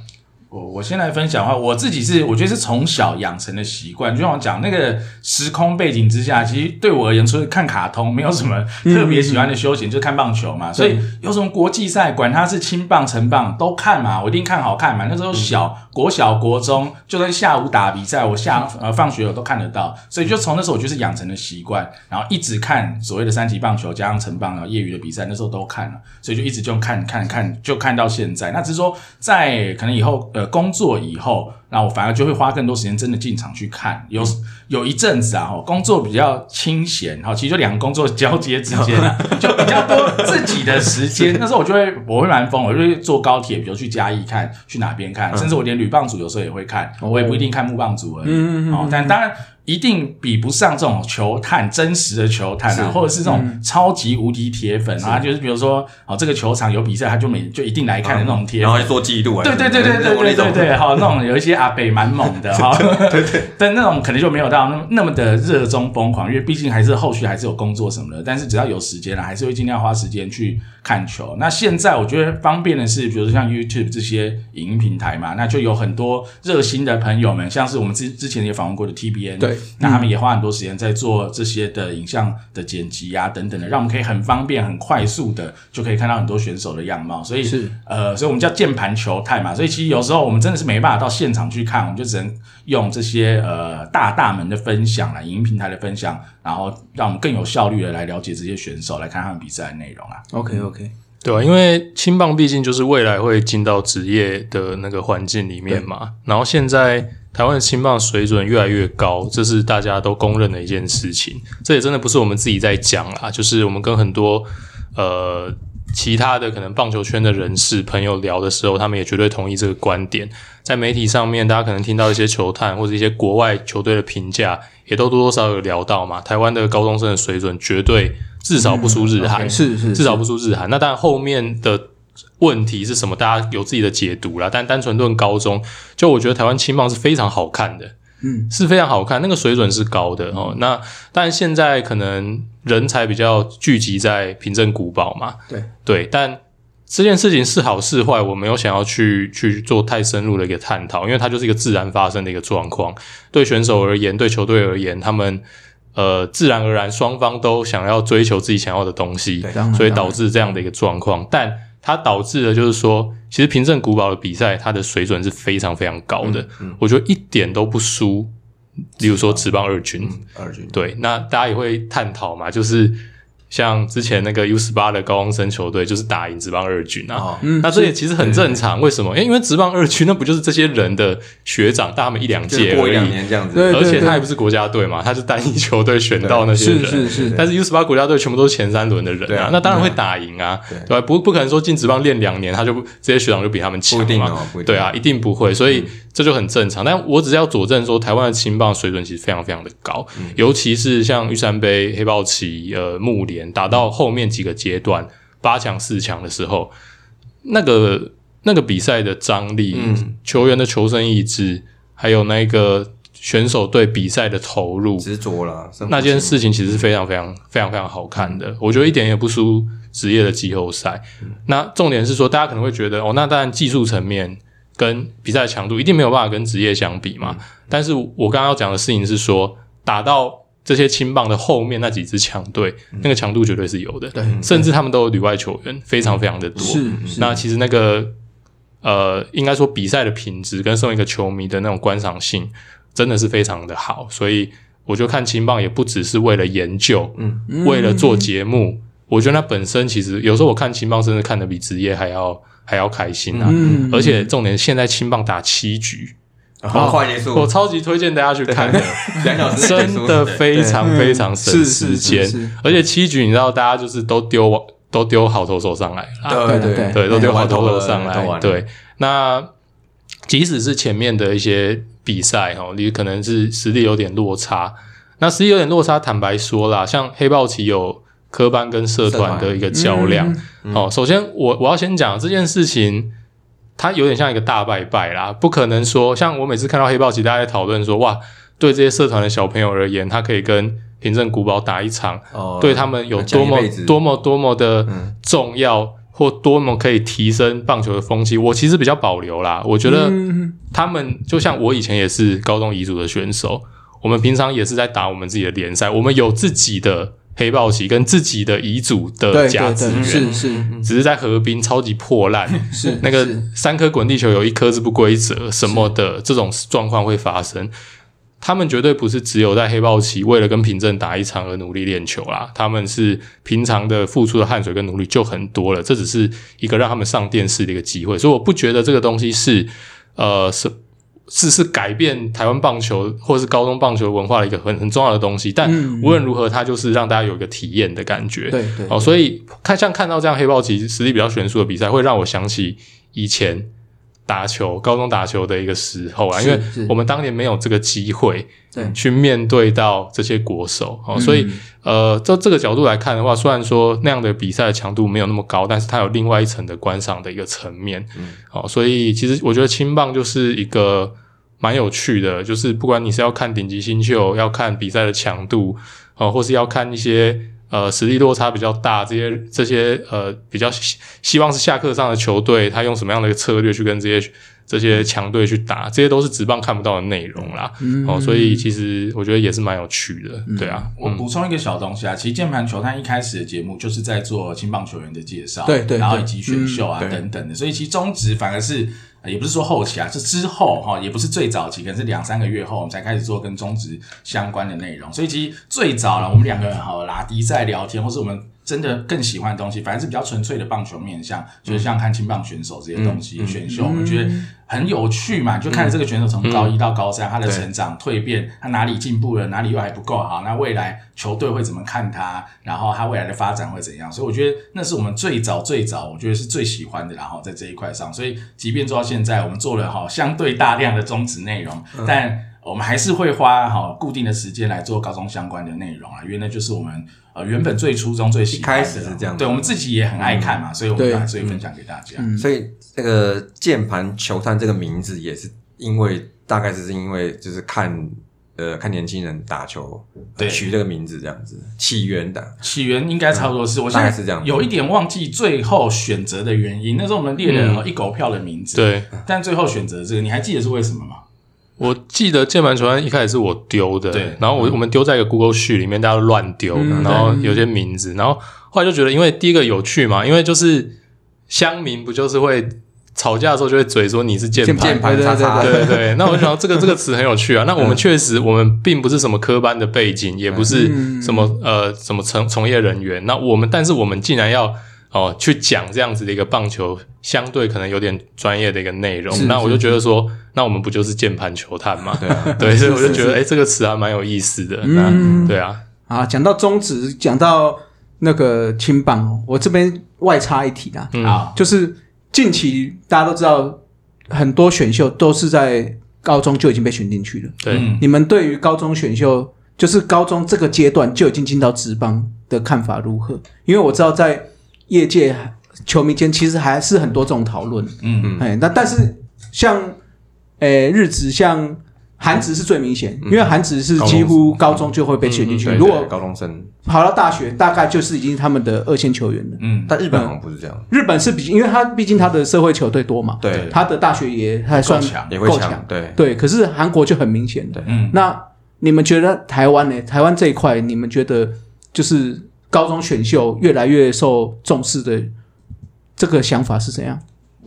我我先来分享的话，我自己是我觉得是从小养成的习惯，就像我讲那个时空背景之下，其实对我而言，除了看卡通，没有什么特别喜欢的休闲，就看棒球嘛。所以有什么国际赛，管它是青棒、成棒，都看嘛，我一定看好看嘛。那时候小、国小、国中，就算下午打比赛，我下呃放学我都看得到，所以就从那时候我就是养成的习惯，然后一直看所谓的三级棒球加上成棒，然后业余的比赛，那时候都看了，所以就一直就看看看，就看到现在。那只是说在可能以后呃工作以后，那我反而就会花更多时间真的进场去看。有有一阵子啊，哈，工作比较清闲，哈，其实就两个工作交接之间啊，就比较多自己的时间。那时候我就会我会蛮疯，我就会坐高铁，比如去嘉义看，去哪边看，甚至我连铝棒组有时候也会看，我也不一定看木棒组而已。嗯嗯嗯哦，但当然。一定比不上这种球探真实的球探是啊，或者是这种超级无敌铁粉啊，就是比如说哦，这个球场有比赛，他就每就一定来看的那种哦铁然粉后，还做记录啊，对对对对对对对对，好，那种有一些阿北蛮猛的哈， 对对，但那种可能就没有到那么那么的热衷疯狂，因为毕竟还是后续还是有工作什么的，但是只要有时间啊了，还是会尽量花时间去看球。那现在我觉得方便的是，比如说像 YouTube 这些影音平台嘛，那就有很多热心的朋友们，像是我们之之前也访问过的 TBN，对那他们也花很多时间在做这些的影像的剪辑啊等等的，让我们可以很方便、很快速的就可以看到很多选手的样貌。所以是呃，所以我们叫键盘球探嘛。所以其实有时候我们真的是没办法到现场去看，我们就只能用这些呃大大们的分享啦，影音平台的分享，然后让我们更有效率的来了解这些选手，来看他们比赛的内容啊。 OK OK，对啊，因为青棒毕竟就是未来会进到职业的那个环境里面嘛，然后现在台湾的青棒水准越来越高，这是大家都公认的一件事情。这也真的不是我们自己在讲啦，就是我们跟很多呃其他的可能棒球圈的人士朋友聊的时候，他们也绝对同意这个观点。在媒体上面，大家可能听到一些球探或者一些国外球队的评价，也都多多少少有聊到嘛。台湾的高中生的水准绝对至少不输日韩、是是至少不输日韩。那当然后面的问题是什么，大家有自己的解读啦。但单纯论高中，就我觉得台湾青棒是非常好看的，嗯，是非常好看，那个水准是高的哦。那但现在可能人才比较聚集在平镇古堡嘛，对对，但。这件事情是好是坏，我没有想要去去做太深入的一个探讨，因为它就是一个自然发生的一个状况。对选手而言，对球队而言，他们呃自然而然双方都想要追求自己想要的东西，当然所以当然导致这样的一个状况。但它导致的就是说，其实平镇古堡的比赛，它的水准是非常非常高的，嗯我觉得一点都不输，例如说职棒二军。二军对，那大家也会探讨嘛，就是像之前那个 U 十八的高中生球队就是打赢职棒二军啊，哦，嗯那这也其实很正常。为什么？因为因为职棒二军那不就是这些人的学长，大他们一两就是届过而一两已，年这样子，对而且他也不是国家队嘛，他是单一球队选到那些是人。是是，但是 U 十八国家队全部都是前三轮的人对啊那当然会打赢啊，对对吧？不不可能说进职棒练两年，他就不这些学长就比他们强不一定嘛，哦，嗯不一定对啊，，一定不会，所以这就很正常。但我只是要佐证说，台湾的青棒水准其实非常非常的高，嗯尤其是像玉山杯、黑豹旗、呃木联打到后面几个阶段，八强、四强的时候，那个那个比赛的张力、嗯球员的求生意志，还有那个选手对比赛的投入，执着了那件事情其实是非常非常非常非常好看的，我觉得一点也不输职业的季后赛。嗯那重点是说，大家可能会觉得哦，那当然技术层面跟比赛强度一定没有办法跟职业相比嗯嘛。但是我刚刚要讲的事情是说，打到这些青棒的后面那几支强队，嗯那个强度绝对是有的，对，甚至他们都有旅外球员，非常非常的多。是那其实那个呃，应该说比赛的品质跟身为一个球迷的那种观赏性，真的是非常的好。所以我就看青棒也不只是为了研究，嗯，为了做节目。我觉得那本身其实有时候我看青棒，真的看得比职业还要还要开心啊！嗯而且重点，现在青棒打七局，然后换耶哦我稣超级推荐大家去看的， 两小 时结束真的非常非常省是是时是间。是，而且七局，你知道，大家就是都丢都丢好投手上来了啊，对对对对，都丢好投了手上来。，对，那即使是前面的一些比赛哈，你可能是实力有点落差。那实力有点落差，坦白说啦，像黑豹旗有科班跟社团的一个较嗯量。哦，首先我我要先讲这件事情。它有点像一个大拜拜啦，不可能说像我每次看到黑豹旗，大家在讨论说，哇，对这些社团的小朋友而言，他可以跟平镇古堡打一场，哦对他们有多么讲一辈子多么多么的嗯重要，或多么可以提升棒球的风气，我其实比较保留啦。我觉得嗯他们就像我以前也是高中乙组的选手，我们平常也是在打我们自己的联赛，我们有自己的黑豹旗跟自己的乙组的对价对值对，嗯源，是是只是在河滨超级破烂，是嗯那个是三颗滚地球有一颗是不规则什么的，这种状况会发生。他们绝对不是只有在黑豹旗为了跟平镇打一场而努力练球啦，他们是平常的付出的汗水跟努力就很多了，这只是一个让他们上电视的一个机会，所以我不觉得这个东西是呃是是是改变台湾棒球或是高中棒球文化的一个很很重要的东西，但嗯无论如何，它就是让大家有一个体验的感觉。对对哦，所以看像看到这样黑豹旗实力比较悬殊的比赛，会让我想起以前打球、高中打球的一个时候啊，因是为是我们当年没有这个机会对嗯去面对到这些国手哦，所以呃，就这个角度来看的话，虽然说那样的比赛强度没有那么高，但是它有另外一层的观赏的一个层面。嗯哦，所以其实我觉得青棒就是一个蛮有趣的，就是不管你是要看顶级新秀，要看比赛的强度，哦，或是要看一些呃实力落差比较大这些这些呃比较希希望是下课上的球队，他用什么样的一个策略去跟这些这些强队去打，这些都是职棒看不到的内容啦。哦，所以其实我觉得也是蛮有趣的，对啊，我补充一个小东西啊，其实键盘球探一开始的节目就是在做青棒球员的介绍，对对然后对以及选秀啊、嗯对等等的，所以其实中职反而是。呃也不是说后期啊，是之后哈，也不是最早期，可能是两三个月后我们才开始做跟中职相关的内容。所以其实最早了，我们两个人好拉迪在聊天，或是我们真的更喜欢的东西，反正是比较纯粹的棒球面向，就是像看青棒选手这些东西、选秀，我们觉得很有趣嘛，你就看着这个选手从高一到高三，他的对成长蜕变，他哪里进步了，哪里又还不够好，那未来球队会怎么看他，然后他未来的发展会怎样？所以我觉得那是我们最早最早，我觉得是最喜欢的啦，然后在这一块上，所以即便做到现在，我们做了哈相对大量的中职内容，嗯但。我们还是会花哈固定的时间来做高中相关的内容啊，因为那就是我们呃原本最初衷最喜欢的一开始是这样嗯对我们自己也很爱看嘛，所以我们对把所以分享给大家。所以这个键盘球探这个名字也是因为大概就是因为就是看呃看年轻人打球呃对取这个名字这样子起源的，起源应该差不多是，我现嗯大在概是这样有一点忘记最后选择的原因。那时候我们列嗯了一狗票的名字，，对。但最后选择这个，你还记得是为什么吗？我记得键盘球案一开始是我丢的，对然后我我们丢在一个 Google 序里面，大家都乱丢，嗯然后有些名字，然后后来就觉得，因为第一个有趣嘛，因为就是乡民不就是会吵架的时候就会嘴说你是键盘键盘对对叉对叉，对 对对，那我就想到这个这个词很有趣啊。那嗯我们确实，我们并不是什么科班的背景，也不嗯是什么呃什么从从业人员。那我们，但是我们竟然要哦、去讲这样子的一个棒球，相对可能有点专业的一个内容。那我就觉得说，那我们不就是键盘球探嘛？对啊， 对，所以我就觉得，哎、这个词还蛮有意思的。嗯那对啊，啊，讲到中职，讲到那个青棒哦，我这边外插一题啦，好，就是近期大家都知道，很多选秀都是在高中就已经被选进去了。对，嗯你们对于高中选秀，就是高中这个阶段就已经进到职棒的看法如何？因为我知道在业界球迷间其实还是很多这种讨论，嗯嗯，哎，那但是像诶、日职像。韩职是最明显，嗯因为韩职是几乎高中就会被选进去。对如果对高中生，跑到大学，大概就是已经他们的二线球员了。嗯，但日本好像不是这样，日本是比，因为他毕竟他的社会球队多嘛，对他的大学也还算够强也会够强，对，对。可是韩国就很明显的对。嗯那你们觉得台湾呢？台湾这一块，你们觉得就是高中选秀越来越受重视的这个想法是怎样？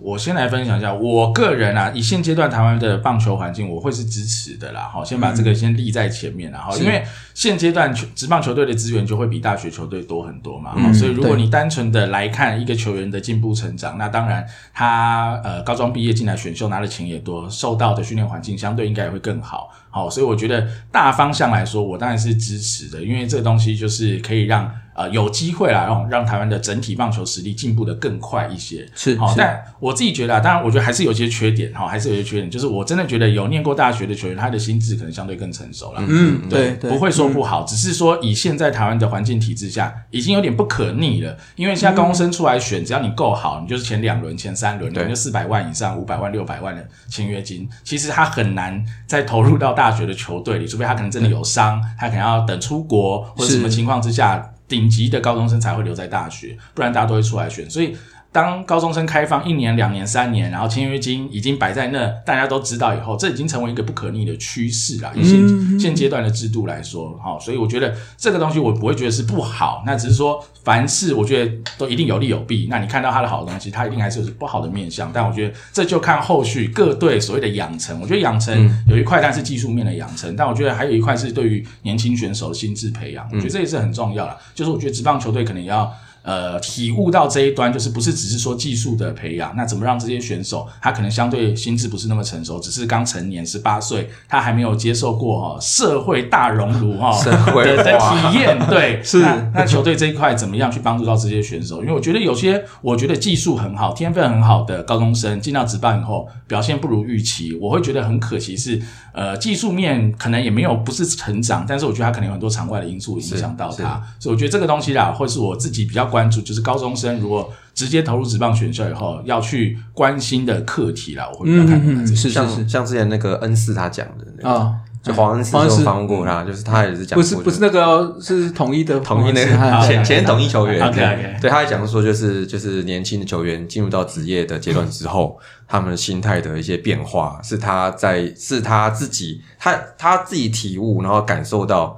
我先来分享一下，我个人啊，以现阶段台湾的棒球环境，我会是支持的啦。好，先把这个先立在前面啦，然后因为现阶段球职棒球队的资源就会比大学球队多很多嘛，好，所以如果呃你单纯的来看一个球员的进步成长，那当然他呃高中毕业进来选秀拿的钱也多，受到的训练环境相对应该也会更好。好，所以我觉得大方向来说，我当然是支持的，因为这个东西就是可以让呃有机会啦，让让台湾的整体棒球实力进步的更快一些。是好、是但我自己觉得啊，当然我觉得还是有些缺点哈、还是有些缺点，就是我真的觉得有念过大学的球员，他的心智可能相对更成熟啦。嗯，对嗯不会说不好，只是说以现在台湾的环境体制下，已经有点不可逆了。因为现在高中生出来嗯选，只要你够好，你就是前两轮、前三轮，对你就四百万以上、五百万、六百万的签约金。其实他很难再投入到大学的球队里，除非他可能真的有伤，他可能要等出国或者什么是情况之下，顶级的高中生才会留在大学，不然大家都会出来选。所以。当高中生开放一年、两年、三年，然后签约金已经摆在那，大家都知道以后，这已经成为一个不可逆的趋势啦。以现、现阶段的制度来说，好、所以我觉得这个东西我不会觉得是不好，那只是说凡事我觉得都一定有利有弊。那你看到它的好的东西，它一定还是有不好的面向，但我觉得这就看后续各队所谓的养成。我觉得养成嗯有一块，但是技术面的养成，但我觉得还有一块是对于年轻选手的心智培啊嗯养，我觉得这也是很重要啦。就是我觉得职棒球队可能也要。呃体悟到这一端，就是不是只是说技术的培养，那怎么让这些选手他可能相对心智不是那么成熟，只是刚成年十八岁，他还没有接受过、哦、社会大熔炉哈、哦、社会的的化体验， 对，是那那球队这一块怎么样去帮助到这些选手？因为我觉得有些我觉得技术很好、天分很好的高中生进到职棒以后表现不如预期，我会觉得很可惜是。呃，技术面可能也没有不是成长，但是我觉得他可能有很多场外的因素影响到是他，所以我觉得这个东西啦，会是我自己比较关注，就是高中生如果直接投入职棒选秀以后要去关心的课题啦，我会比较看重他嗯，这是个。是像是像之前那个恩师他讲的那个，啊，就黄恩师黄恩就师访问过他，就是他也是讲不过，是就不是那个哦是统一的统一那啊个哦 前前统一球员 OK，OK 对，他也讲说就是就是年轻的球员进入到职业的阶段之后，他们心态的一些变化，是他在是他自己他他自己体悟，然后感受到。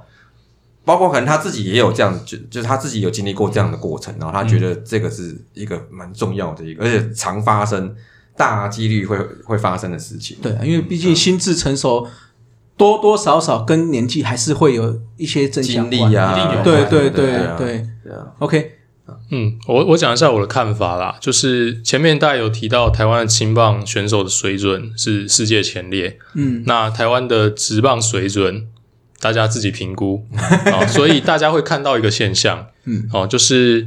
包括可能他自己也有这样，就就是他自己有经历过这样的过程，然后他觉得这个是一个蛮重要的一个，而且常发生、大几率会会发生的事情。对，因为毕竟心智成熟，多多少少跟年纪还是会有一些正相经关历的。啊，一定有对对对对啊对对啊， ，OK，嗯，我我讲一下我的看法啦，就是前面大家有提到台湾的青棒选手的水准是世界前列，嗯，那台湾的职棒水准，大家自己 评估哦，所以大家会看到一个现象，嗯，哦，就是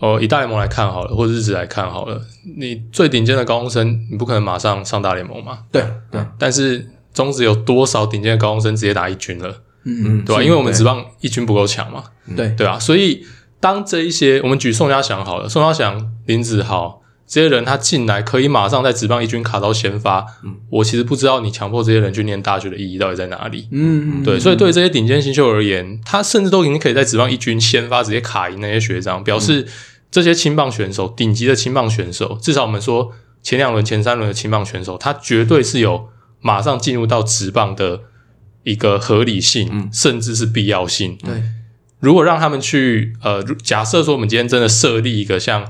哦，以大联盟来看好了，或者日职来看好了，你最顶尖的高中生，你不可能马上上大联盟嘛，对对，但是中职有多少顶尖的高中生直接打一军了，嗯对吧、啊因为我们职棒一军不够强嘛，对，对啊，所以当这一些我们举宋家祥好了，宋家祥、林子豪这些人，他进来可以马上在职棒一军卡到先发，嗯我其实不知道你强迫这些人去念大学的意义到底在哪里。嗯，对，所以对这些顶尖新秀而言，他甚至都已经可以在职棒一军先发直接卡赢那些学长，表示嗯这些青棒选手，顶级的青棒选手，至少我们说前两轮、前三轮的青棒选手，他绝对是有马上进入到职棒的一个合理性，甚至是必要性。嗯对，如果让他们去呃，如假设说我们今天真的设立一个像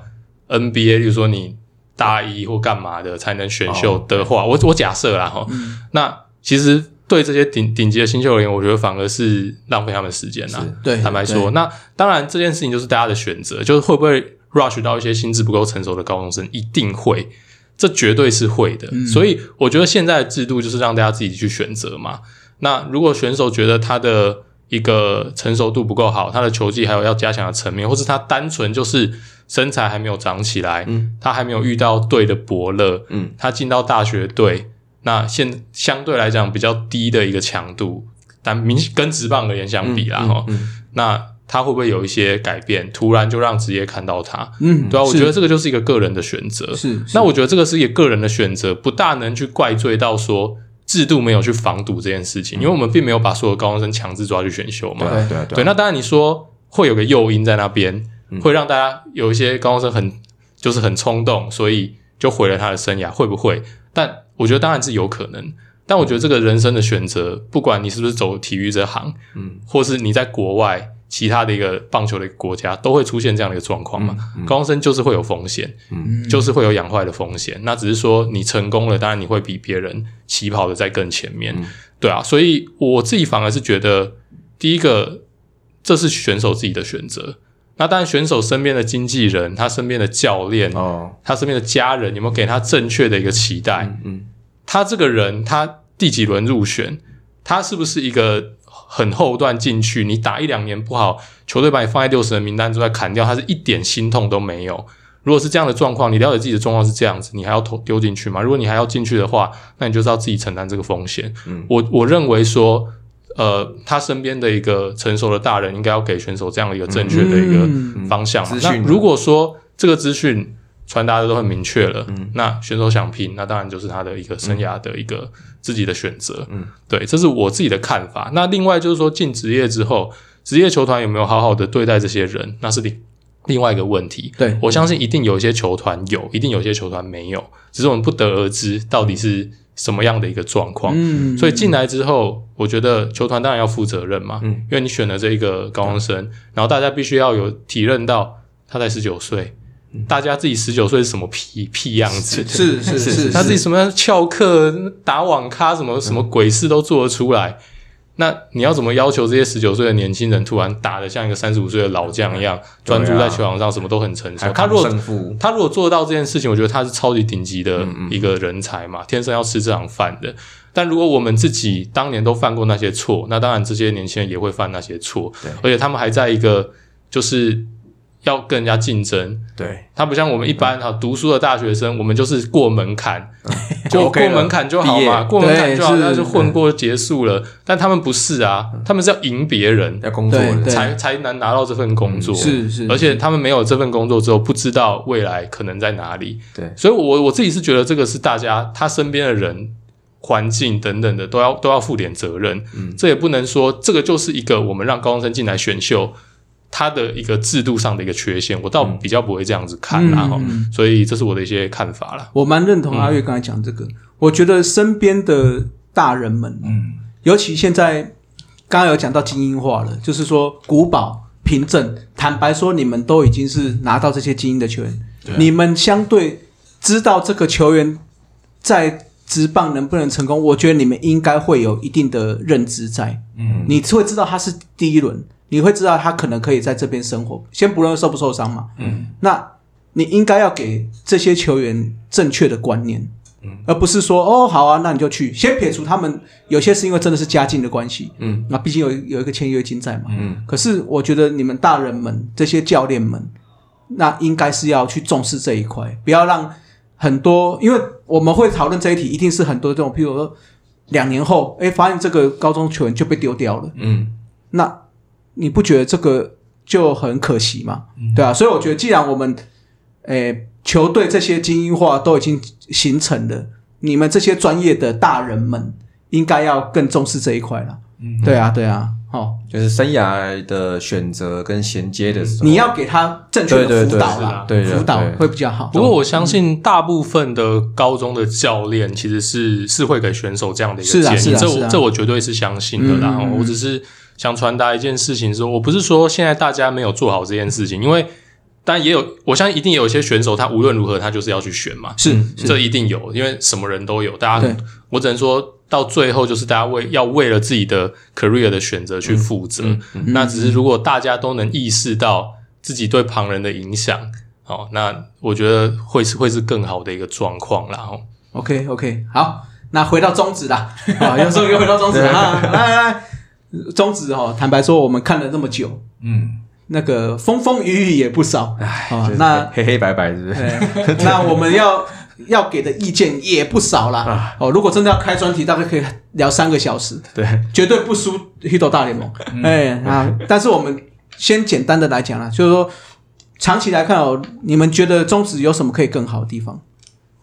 NBA，例如说你大一或干嘛的才能选秀的话，我我假设啦哈，那其实对这些顶顶级的新秀而言，我觉得反而是浪费他们时间啦。对，坦白对说，，那当然这件事情就是大家的选择，就是会不会 rush 到一些心智不够成熟的高中生，一定会，这绝对是会的。所以我觉得现在的制度就是让大家自己去选择嘛。那如果选手觉得他的一个成熟度不够好，他的球技还有要加强的层面，或是他单纯就是身材还没有长起来，嗯他还没有遇到对的伯乐，嗯，他进到大学队，那现相对来讲比较低的一个强度，但明跟职棒而言相比啦，哈、那他会不会有一些改变？突然就让职业看到他，嗯，对啊，我是觉得这个就是一个个人的选择。是，是那我觉得这个是一个个人的选择，不大能去怪罪到说制度没有去防堵这件事嗯情，因为我们并没有把所有高中生强制抓去选秀嘛。对啊对啊对对，啊，那当然你说会有个诱因在那边，嗯会让大家有一些高中生很就是很冲动，所以就毁了他的生涯，会不会？但我觉得当然是有可能。但我觉得这个人生的选择，不管你是不是走体育这行，嗯，或是你在国外其他的一个棒球的一个国家，都会出现这样的一个状况嘛。高中生就是会有风险，嗯就是会有养坏的风险。那只是说你成功了，当然你会比别人起跑的在更前面，嗯对啊。所以我自己反而是觉得，第一个这是选手自己的选择。那当然，选手身边的经纪人、他身边的教练、哦，他身边的家人有没有给他正确的一个期待？嗯他这个人他第几轮入选，他是不是一个很后段进去，你打一两年不好，球队把你放在六十人名单之外砍掉，他是一点心痛都没有。如果是这样的状况，你了解自己的状况是这样子，你还要投丢进去吗？如果你还要进去的话，那你就是要自己承担这个风险。嗯我我认为说，呃，他身边的一个成熟的大人应该要给选手这样的一个正确的一个嗯方向嘛。资那讯呢如果说这个资讯传达的都很明确了，那选手想拼，那当然就是他的一个生涯的一个自己的选择。嗯，对，这是我自己的看法。那另外就是说，进职业之后，职业球团有没有好好的对待这些人，那是另另外一个问题。对我相信一定有一些球团有，一定有一些球团没有，只是我们不得而知到底是什么样的一个状况。嗯所以进来之后，我觉得球团当然要负责任嗯嘛，因为你选了这一个高中生，然后大家必须要有体认到他才十九岁，嗯大家自己十九岁是什么屁屁样子， 是是是，他自己是什么翘课、打网咖、嗯什么什么鬼事都做得出来。那你要怎么要求这些十九岁的年轻人突然打得像一个三十五岁的老将一样，对啊专注在球场上，什么都很成还熟？有他如果胜负，他如果做得到这件事情，我觉得他是超级顶级嗯的一个人才嘛，天生要吃这行饭的。但如果我们自己当年都犯过那些错，那当然这些年轻人也会犯那些错，而且他们还在一个就是要跟人家竞争，对，嗯他不像我们一般哈、读书的大学生，我们就是过门槛，就过 OK 过了门槛就好毕嘛，业过门槛就好，对那是就混过结束了。但他们不是啊，嗯他们是要赢别人要工作对对的，才才能拿到这份工嗯作，是是，而且他们没有这份工作之后，不知道未来可能在哪里。对所以我，我自己是觉得这个是大家他身边的人、环境等等的都要都要负点责任。嗯，这也不能说这个就是一个我们让高中生进来选秀他的一个制度上的一个缺陷，我倒比较不会这样子看啦。嗯哈、嗯所以这是我的一些看法啦。我蛮认同阿月刚才讲这个，我觉得身边的大人们，啊嗯，尤其现在刚刚有讲到精英化了，就是说古堡、凭证，坦白说，你们都已经是拿到这些精英的球员，你们相对知道这个球员在职棒能不能成功，我觉得你们应该会有一定的认知在，嗯，你会知道他是第一轮，你会知道他可能可以在这边生活，先不论受不受伤嘛，嗯，那你应该要给这些球员正确的观念，嗯而不是说哦好啊，那你就去。先撇除他们有些是因为真的是家境的关系，嗯，那毕竟有有一个签约金在嘛，嗯。可是我觉得你们大人们这些教练们，那应该是要去重视这一块，不要让很多，因为我们会讨论这一题，一定是很多这种，譬如说两年后，哎，发现这个高中球员就被丢掉了，嗯，那你不觉得这个就很可惜吗？嗯对啊，所以我觉得，既然我们诶、球队这些精英化都已经形成了，你们这些专业的大人们应该要更重视这一块了。嗯对啊，对啊，哦，就是生涯的选择跟衔接的时候，你要给他正确对的对辅对导是啦的，对对辅导对会比较好。哦不过我相信大部分的高中的教练其实是是会给选手这样的一个是啊建是议，啊这是我啊这我绝对是相信的嗯啦。哦我只是想传达一件事情，说我不是说现在大家没有做好这件事情，因为但也有，我相信一定有一些选手，他无论如何他就是要去选嘛，嗯是这一定有，因为什么人都有，大家对我只能说到最后就是大家为要为了自己的 career 的选择嗯去负责。那只是如果大家都能意识到自己对旁人的影响，哦，那我觉得会是会是更好的一个状况啦。哦， OK OK，好，那回到中指 啦，啊，有时候又回到中指啦，啊来来来，中指哦，坦白说，我们看了那么久，嗯，那个风风雨雨也不少，啊就，是那黑黑白白是不是？对 那我们要要给的意见也不少啊啦。哦，如果真的要开专题，大概可以聊三个小时，对，绝对不输《h i d o 大联盟》嗯哎、啊！但是我们先简单的来讲啦，就是说长期来看哦，你们觉得中职有什么可以更好的地方？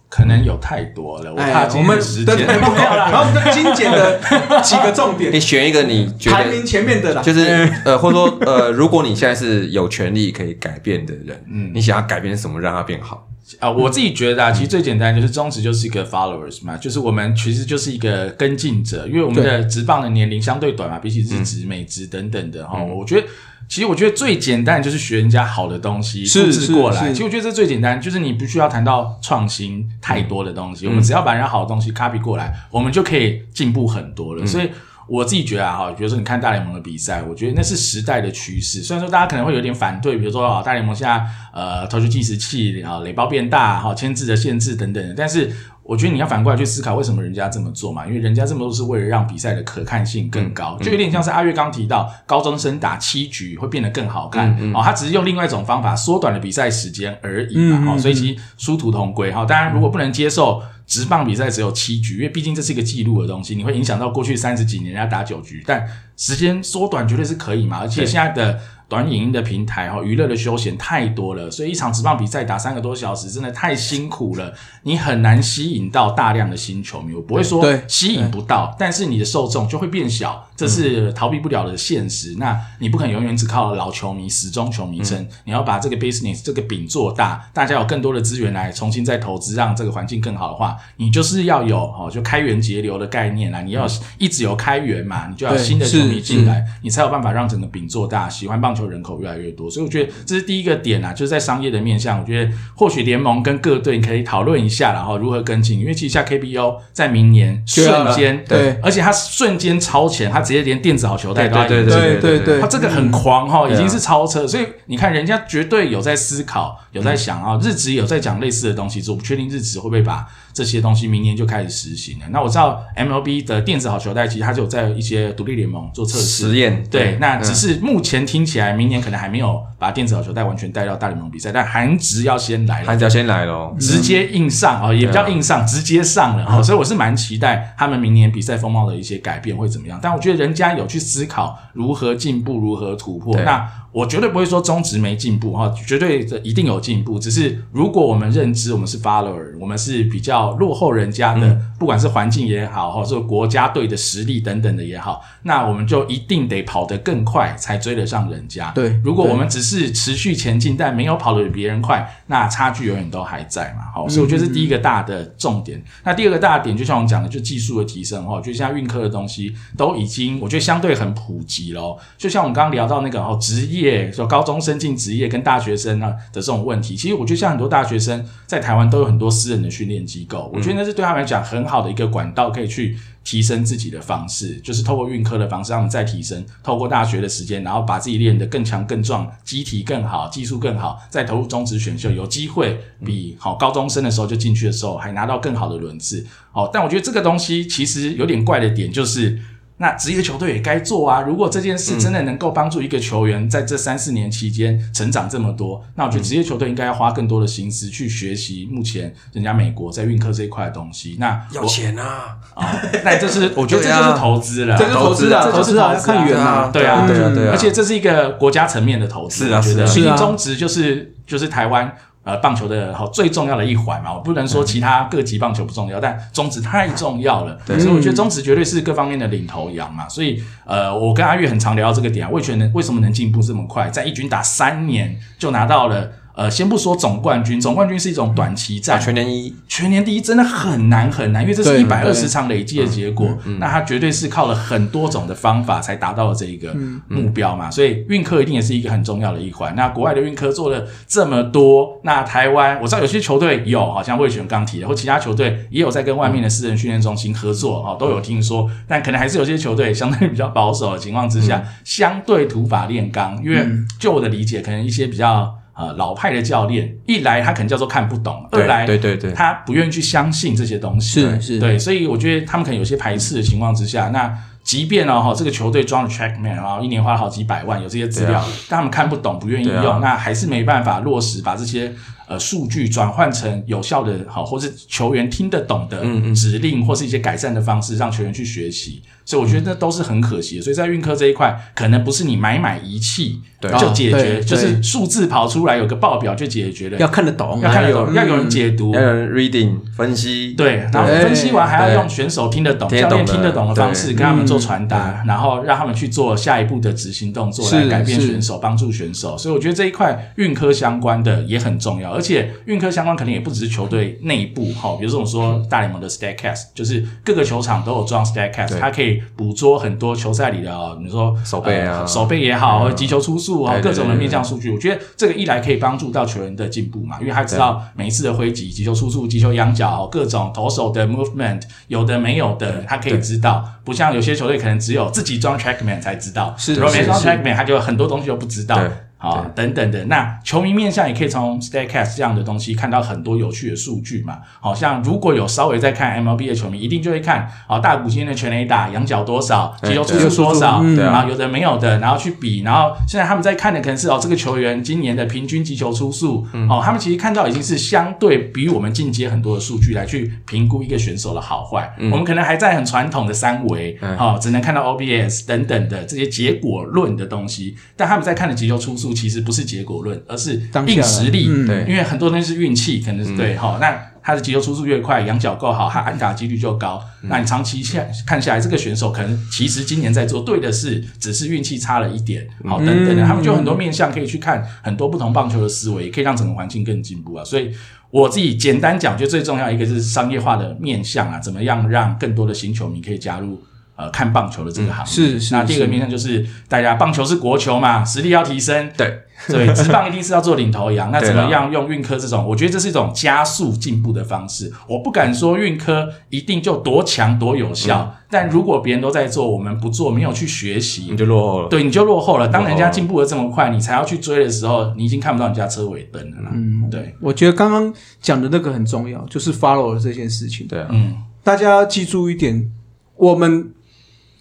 可能有太多了，我怕哎，今我天们的时对对间对不要啦，然后我们就精简的几个重 你 点，选一个你觉排名得前面的啦，就是呃，或者说呃，如果你现在是有权利可以改变的人，嗯你想要改变什么让它变好？啊，我嗯自己觉得啊，其实最简单就是宗旨就是一个 followers 嘛，就是我们其实就是一个跟进者，因为我们的职棒的年龄相对短嘛，比起日职、嗯美职等等的哈，我觉得。其实我觉得最简单的就是学人家好的东西，是复制过来。是其实我觉得这最简单，就是你不需要谈到创新太嗯多的东西，我们只要把人家好的东西 copy 过来，我们就可以进步很多嗯了。所以我自己觉得啊，哈，比如说你看大联盟的比赛，我觉得那是时代的趋势。虽然说大家可能会有点反对，比如说啊，大联盟现在呃投球计时器啊，垒包变大，哈，签字的限制等等的，但是。我觉得你要反过来去思考，为什么人家这么做嘛？因为人家这么做是为了让比赛的可看性更高，就有点像是阿月刚提到，高中生打七局会变得更好看、哦。他只是用另外一种方法缩短了比赛时间而已嘛。哦，所以其实殊途同归哈、哦。当然，如果不能接受直棒比赛只有七局，因为毕竟这是一个记录的东西，你会影响到过去三十几年人家打九局，但时间缩短绝对是可以嘛。而且现在的短影音的平台哈，娱乐的休闲太多了，所以一场职棒比赛打三个多小时，真的太辛苦了，你很难吸引到大量的新球迷。我不会说对嗯吸引不到，但是你的受众就会变小，这是逃避不了的现实。那你不可能永远只靠老球迷、死忠球迷嗯撑，你要把这个 business 这个饼做大，大家有更多的资源来重新再投资，让这个环境更好的话，你就是要有哦，就开源节流的概念啊啦，你要一直有开源嘛，你就要嗯有对新的球迷是进来。你才有办法让整个饼做大，喜欢棒球人口越来越多。所以我觉得这是第一个点啊，就是在商业的面向，我觉得或许联盟跟各队你可以讨论一下，然后如何跟进，因为其实像 KBO 在明年就要瞬了间对而且它瞬间超前，它直接连电子好球带都要对引进对对对他这个很狂哈、对啊已经是超车，所以你看人家绝对有在思考，有在想嗯啊，日职有在讲类似的东西，只是我不确定日职会不会把这些东西明年就开始实行了。那我知道 MLB 的电子好球带其实它就有在一些独立联盟做测试实验对，那嗯只是目前听起来，明年可能还没有把电子好球带完全带到大联盟比赛，但韩职要先来了韩。要先来咯。直接硬上哦，也不叫硬上，直接上了哦，所以我是蛮期待他们明年比赛风貌的一些改变会怎么样。但我觉得人家有去思考如何进步，如何突破。对那我绝对不会说中职没进步哈，绝对的一定有进步。只是如果我们认知我们是 follower，我们是比较落后人家的，不管是环境也好，或者是国家队的实力等等的也好，那我们就一定得跑得更快，才追得上人家。对啊如果对我们只是持续前进，但没有跑得比别人快，那差距永远都还在嘛。好，所以我觉嗯得是第一个大的重点。那第二个大的点，就像我们讲的，就技术的提升哈，就像运科的东西都已经，我觉得相对很普及咯。就像我们刚刚聊到那个哦，职业说高中生进职业跟大学生啊的这种问题，其实我觉得像很多大学生在台湾都有很多私人的训练机构，我觉得那是对他们来讲很好的一个管道，可以去提升自己的方式，就是透过运科的方式，让我们再提升，透过大学的时间，然后把自己练得更强、更壮，机体更好，技术更好，再投入中职选秀，有机会比好高中生的时候就进去的时候，还拿到更好的轮次。好，但我觉得这个东西其实有点怪的点就是。那职业球队也该做啊！如果这件事真的能够帮助一个球员在这三四年期间成长这么多，那我觉得职业球队应该要花更多的心思去学习目前人家美国在运科这一块的东西。那要我钱啊！啊，那这是我觉得这对啊就是投资了，这就是投资啊，这投就是资啊，要看源远啊，对啊，对啊，对啊，而且这是一个国家层面的投资，是啊我觉得是啊毕是竟啊中职就是就是台湾。呃，棒球的好最重要的一环嘛，我不能说其他各级棒球不重要，但中职太重要了，所以我觉得中职绝对是各方面的领头羊嘛。所以，呃，我跟阿月很常聊到这个点啊，魏权能为什么能进步这么快，在一军打三年就拿到了呃，先不说总冠军，总冠军是一种短期打战，啊全年一，全年第一真的很难很难，因为这是对一百二十场累积的结嗯果，那他绝对是靠了很多种的方法才达到了这一个嗯目标嘛，所以运科一定也是一个很重要的一环。那国外的运科做了这么多，那台湾我知道有些球队有，好像魏权刚提的，或其他球队也有在跟外面的私人训练中心合作哦，都有听说，但可能还是有些球队相对比较保守的情况之嗯下，相对土法炼钢，因为就我的理解，可能一些比较。呃，老派的教练一来，他可能叫做看不懂；二对来，对对对，他不愿意去相信这些东西，是对是对，所以我觉得他们可能有些排斥的情况之下，那即便哦哈，这个球队装了 Trackman，然后一年花了好几百万，有这些资对料，啊但他们看不懂，不愿意对啊用，那还是没办法落实把这些呃数据转换成有效的好，或是球员听得懂的嗯嗯指令，或是一些改善的方式，让球员去学习。所以我觉得那都是很可惜的。所以在运科这一块，可能不是你买买仪器对就解啊决，对就是对数字跑出来有个报表就解决了，要看得懂，要看得懂，要有人嗯解读，要有人 reading 分析，哦对，然后分析完还要对用选手听得懂、听得教懂练的听得懂的方式对跟他们做嗯传达，然后让他们去做下一步的执行动作来是改变是选手、帮助选手。所以我觉得这一块运科相关的也很重要，而且运科相关可能也不只是球队内部哈，比如说我们嗯说大联盟的 Statcast，就是各个球场都有装 Statcast，对它可以捕捉很多球赛里的呃你说手背啊呃手背也好，嗯或者击球出速啊对，对各种的对对面向数据。我觉得这个一来可以帮助到球员的进步嘛，因为他知道每一次的挥击、击球出速、击球仰角，各种投手的 movement，有的没有的，他可以知道。不像有些球队可能只有自己装 trackman 才知道，是如果没是装是 trackman，他就很多东西都不知道对。好，等等的，那球迷面向也可以从 Statcast 这样的东西看到很多有趣的数据嘛。好像如果有稍微在看 MLB 的球迷，一定就会看啊，大谷今天的全垒打、仰角多少、击球出哎对速多少，嗯对啊然后有的没有的，然后去比，然后现在他们在看的可能是哦，这个球员今年的平均击球出速，嗯哦，他们其实看到已经是相对比我们进阶很多的数据来去评估一个选手的好坏。嗯我们可能还在很传统的三维，嗯哦，只能看到 OBS 等等的这些结果论的东西，但他们在看的击球出速其实不是结果论，而是当下硬实力，嗯对因为很多东西是运气，可能是对哈、那他的击球出速越快，仰角够好，他安打几率就高。那你长期下看下来，这个选手可能其实今年在做对的事，只是运气差了一点，好、等等的，他们就很多面向可以去看很多不同棒球的思维，也可以让整个环境更进步啊。所以我自己简单讲，就最重要一个就是商业化的面向啊，怎么样让更多的新球迷可以加入。呃，看棒球的这个行业、是是那第二个是面向就是大家棒球是国球嘛，实力要提升，对对，职棒一定是要做领头羊。那对怎啦么样用运科这种？我觉得这是一种加速进步的方式。我不敢说运科一定就多强多有效，但如果别人都在做，我们不做，没有去学习你，嗯就落后了，对，你就落后了。当落后人家了进步的这么快，你才要去追的时候，你已经看不到人家车尾灯了啦。嗯，对，哎我觉得刚刚讲的那个很重要，就是 follow 了这件事情。对啊，嗯，大家要记住一点，我们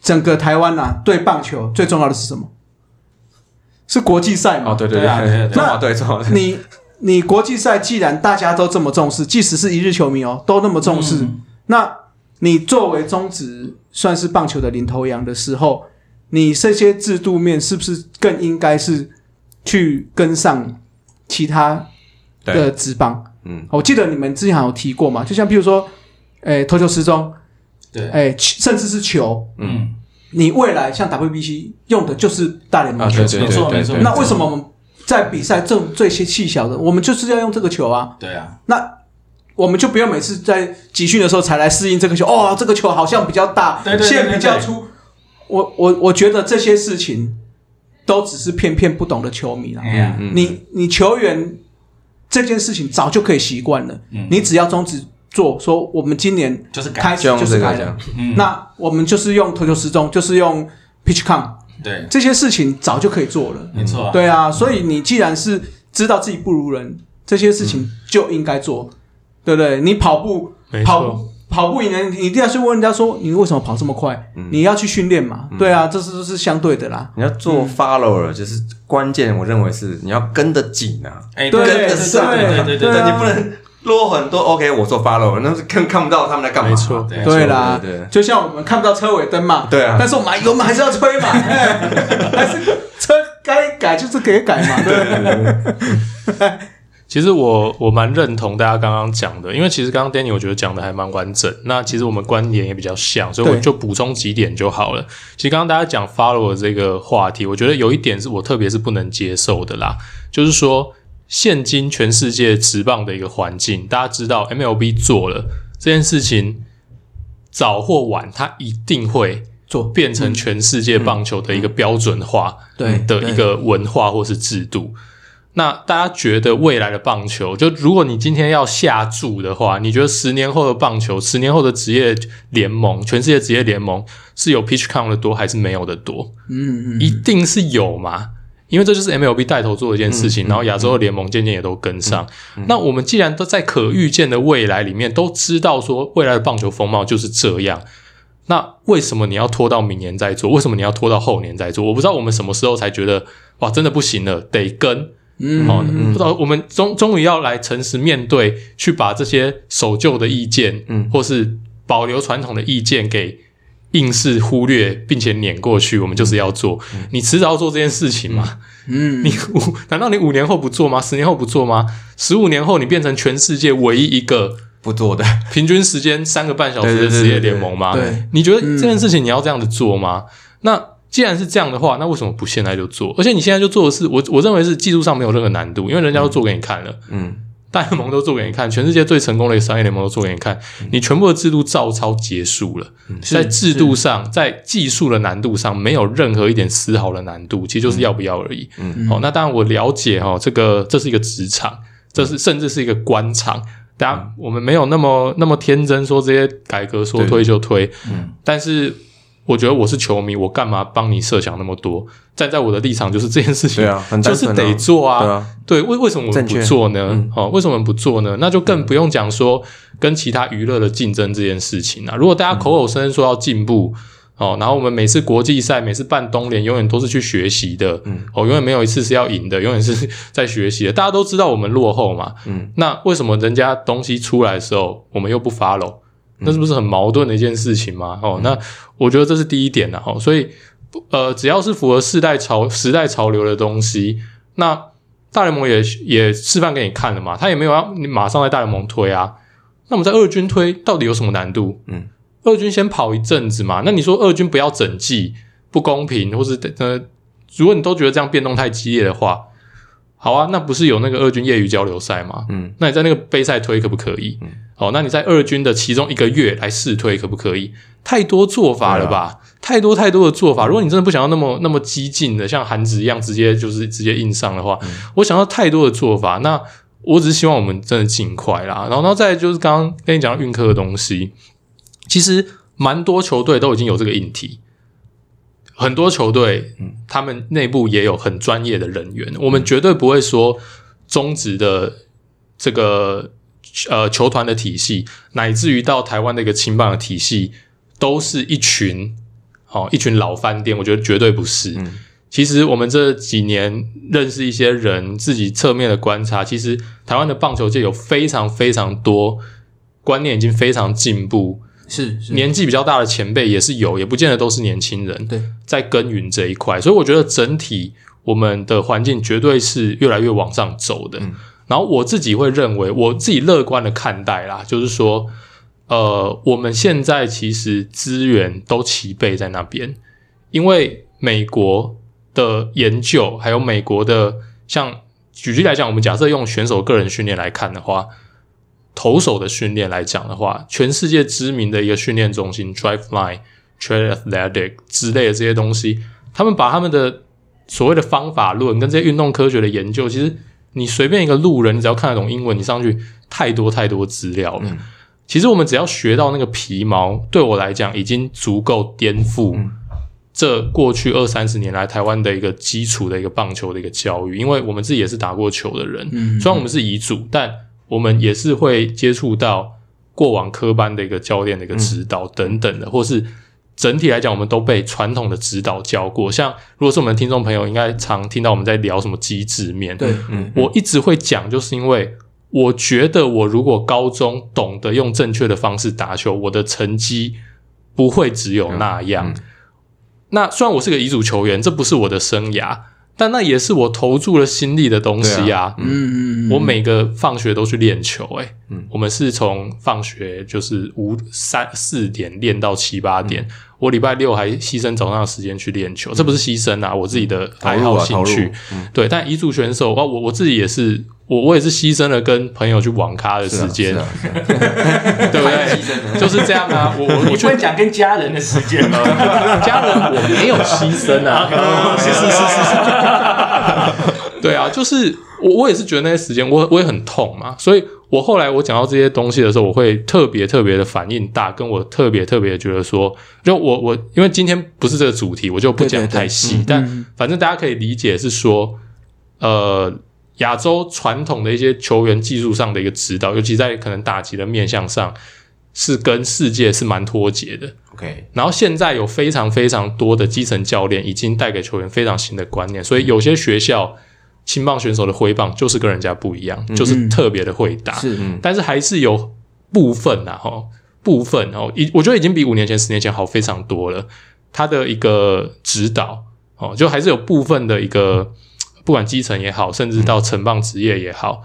整个台湾啊，对棒球最重要的是什么？是国际赛嘛？哦对对啊对对 对，对中华队中华队，你你国际赛既然大家都这么重视，即使是一日球迷哦，都那么重视，嗯那你作为中职算是棒球的领头羊的时候，你这些制度面是不是更应该是去跟上其他的对职棒？哦嗯，我记得你们之前好像有提过嘛，就像譬如说，诶、投球时钟，对，诶、甚至是球，嗯，你未来像 WBC 用的就是大联盟啊球对，对没对错对没错对，那为什么我们在比赛这种这些细小的，我们就是要用这个球啊？对啊，那我们就不用每次在集训的时候才来适应这个球。哦，这个球好像比较大，对对对对线比较对粗。我我我觉得这些事情都只是骗骗不懂的球迷啦。哎呀，嗯你你球员这件事情早就可以习惯了，嗯你只要终止做说我们今年就是改，开始就用就这是个开这了样，，嗯，那我们就是用投球时钟，就是用 pitch count 对，这些事情早就可以做了。没错嗯啊，对啊，所以你既然是知道自己不如人，这些事情就应该做，对不对？你跑步嗯没跑错，跑步赢人，你一定要去问人家说你为什么跑这么快？嗯你要去训练嘛？对啊，这是这是相对的啦。你要做 follower，就是关键，我认为是你要跟得紧啊，哎，对对跟得上啊，对对对对对啊你不能落很多。OK，我做 follower，那是更看不到他们在干嘛，没错对对啦对对对，就像我们看不到车尾灯嘛，对啊但是我们还我们还是要吹嘛， 哎还是车该改就是给改嘛，对不对？其实我我蛮认同大家刚刚讲的，因为其实刚刚 Danny 我觉得讲的还蛮完整。那其实我们观点也比较像，所以我对就补充几点就好了。其实刚刚大家讲 follow 这个话题，我觉得有一点是我特别是不能接受的啦，就是说现今全世界职棒的一个环境，大家知道 MLB 做了这件事情，早或晚，它一定会做嗯变成全世界棒球的一个标准化对的一个文化或是制度。那大家觉得未来的棒球，就如果你今天要下注的话，你觉得十年后的棒球，十年后的职业联盟，全世界职业联盟是有 pitch count 的多还是没有的多？嗯嗯一定是有嘛，因为这就是 MLB 带头做的一件嗯事情，然后亚洲的联盟渐渐也都跟上。那我们既然都在可预见的未来里面都知道说未来的棒球风貌就是这样，那为什么你要拖到明年再做？为什么你要拖到后年再做？我不知道我们什么时候才觉得哇，真的不行了，得跟。嗯哦，不知道我们终终于要来诚实面对，去把这些守旧的意见，嗯或是保留传统的意见给硬是忽略，并且碾过去。我们就是要做，你迟早要做这件事情嘛。嗯，你五 难道你五年后不做吗？十年后不做吗？十五年后你变成全世界唯一一个不做的， 平均时间三个半小对时对的对职业联盟吗？对对对你觉得这件事情你要这样子做吗？那既然是这样的话，那为什么不现在就做？而且你现在就做的是，我我认为是技术上没有任何难度，因为人家都做给你看了，嗯，大联盟都做给你看，全世界最成功的商业联盟都做给你看，嗯你全部的制度照抄结束了，在制度上，在技术的难度上，没有任何一点丝毫的难度，其实就是要不要而已。嗯好，那当然我了解哈、这个这是一个职场，这嗯是甚至是一个官场。当然，我们没有那么那么天真，说这些改革说推就推。嗯，但是我觉得我是球迷，我干嘛帮你设想那么多？站在我的立场，就是这件事情对啊，很单就是纯啊得做啊。对啊，对，为为什么我们正不确做呢？嗯哦，为什么我们不做呢？那就更不用讲说跟其他娱乐的竞争这件事情了、啊如果大嗯家口口声声说要进步，哦，然后我们每次国际赛、每次办冬联，永远都是去学习的，嗯，哦，永远没有一次是要赢的，永远是在学习的。大家都知道我们落后嘛，嗯，那为什么人家东西出来的时候，我们又不 follow？嗯那是不是很矛盾的一件事情吗？哦，那我觉得这是第一点啦。哦，所以不呃，只要是符合世代潮时代潮流的东西，那大联盟也也示范给你看了嘛，他也没有要你马上在大联盟推啊。那我们在二军推到底有什么难度？嗯，二军先跑一阵子嘛。那你说二军不要整季不公平，或是呃，如果你都觉得这样变动太激烈的话，好啊，那不是有那个二军业余交流赛吗？嗯，那你在那个杯赛推可不可以？好，那你在二军的其中一个月来试推可不可以？太多做法了啊吧，太多太多的做法。如果你真的不想要那么那么激进的，像韩职一样直接就是直接硬上的嗯话，我想要太多的做法。那我只是希望我们真的尽快啦。然后，然后再来就是刚刚跟你讲运科的东西，其实蛮多球队都已经有这个硬体。很多球队，他们内部也有很专业的人员，我们绝对不会说中职的这个呃球团的体系，乃至于到台湾的一个青棒的体系，都是一群哦一群老饭店，我觉得绝对不是。其实我们这几年认识一些人，自己侧面的观察，其实台湾的棒球界有非常非常多观念已经非常进步，是是年纪比较大的前辈也是有，也不见得都是年轻人。对，在耕耘这一块，所以我觉得整体我们的环境绝对是越来越往上走嗯的。然后我自己会认为，我自己乐观的看待啦，就是说，呃，我们现在其实资源都齐备在那边，因为美国的研究，还有美国的像举例来讲，我们假设用选手个人训练来看的话，投手的训练来讲的话，全世界知名的一个训练中心 Driveline、Trail Athletic 之类的这些东西，他们把他们的所谓的方法论跟这些运动科学的研究，其实你随便一个路人，你只要看得懂英文，你上去太多太多资料了。其实我们只要学到那个皮毛，对我来讲已经足够颠覆这过去二三十年来台湾的一个基础的一个棒球的一个教育，因为我们自己也是打过球的人，虽然我们是遗嘱，但我们也是会接触到过往科班的一个教嗯练的一个指导等等的，或是整体来讲，我们都被传统的指导教过。像如果是我们的听众朋友，应该常听到我们在聊什么机制面，对，嗯，我一直会讲，就是因为我觉得我如果高中懂得用正确的方式打球，我的成绩不会只有那样。嗯嗯那虽然我是个乙组啊球员，这不是我的生涯，但那也是我投注了心力的东西呀、啊嗯嗯嗯我每个放学都去练球、欸，哎，嗯我们是从放学就是五三四点练到七八点，嗯我礼拜六还牺牲早上的时间去练球，这不是牺牲啊，我自己的投爱入好啊，兴投入趣，，嗯，对，但遗嘱选手，我我我自己也是，我我也是牺牲了跟朋友去网咖的是啊时间，是啊是啊 对不太对牺？牲了，就是这样啊，我我你我不去会讲跟家人的时间哦吗？家人我没有牺牲 啊，是是是 是，对啊，就是我我也是觉得那些时间我我也很痛嘛，所以我后来我讲到这些东西的时候，我会特别特别的反应大，跟我特别特别觉得说，就我我因为今天不是这个主题，我就不讲太细，但反正大家可以理解是说，呃。亚洲传统的一些球员技术上的一个指导，尤其在可能打击的面向上，是跟世界是蛮脱节的。 OK，然后现在有非常非常多的基层教练已经带给球员非常新的观念，所以有些学校青棒选手的挥棒就是跟人家不一样，就是特别的会打，是嗯但是还是有部分啊，哈，部分哦，已我觉得已经比五年前、十年前好非常多了。他的一个指导哦，就还是有部分的一个，不管基层也好，甚至到城棒职业也好，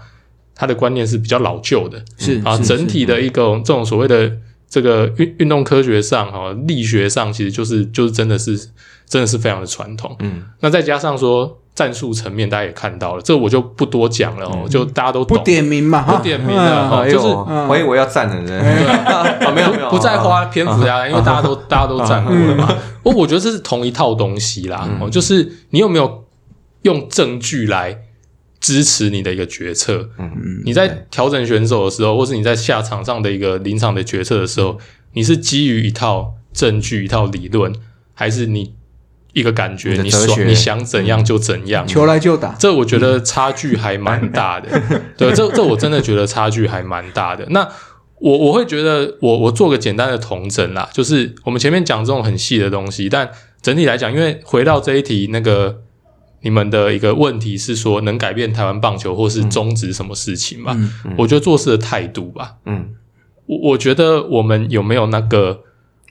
他的观念是比较老旧的。是啊，整体的一个这种所谓的这个运运动科学上哈、哦，力学上其实就是就是真的是真的是非常的传统。嗯，那再加上说战术层面，大家也看到了，这我就不多讲了哦，嗯就大家都懂不点名嘛哈不，点名了哈、哎哦，就呦，是我以为要赞人 呢，哦，没有没有，不再哦，花篇幅啊，因为大家都大家都站过了嗯嘛。我我觉得这是同一套东西啦，哦，就是你有没有用证据来支持你的一个决策？嗯，你在调整选手的时候，或是你在下场上的一个临场的决策的时候，你是基于一套证据、一套理论，还是你一个感觉？你的你哲学嗯爽，你想怎样就怎样。球来就打，这我觉得差距还蛮大的。对，这这我真的觉得差距还蛮大的。那我我会觉得我，我做个简单的统整啦，就是我们前面讲这种很细的东西，但整体来讲，因为回到这一题，那个你们的一个问题是说，能改变台湾棒球或是终止什么事情嘛？嗯我觉得做事的态度吧。嗯，我我觉得我们有没有那个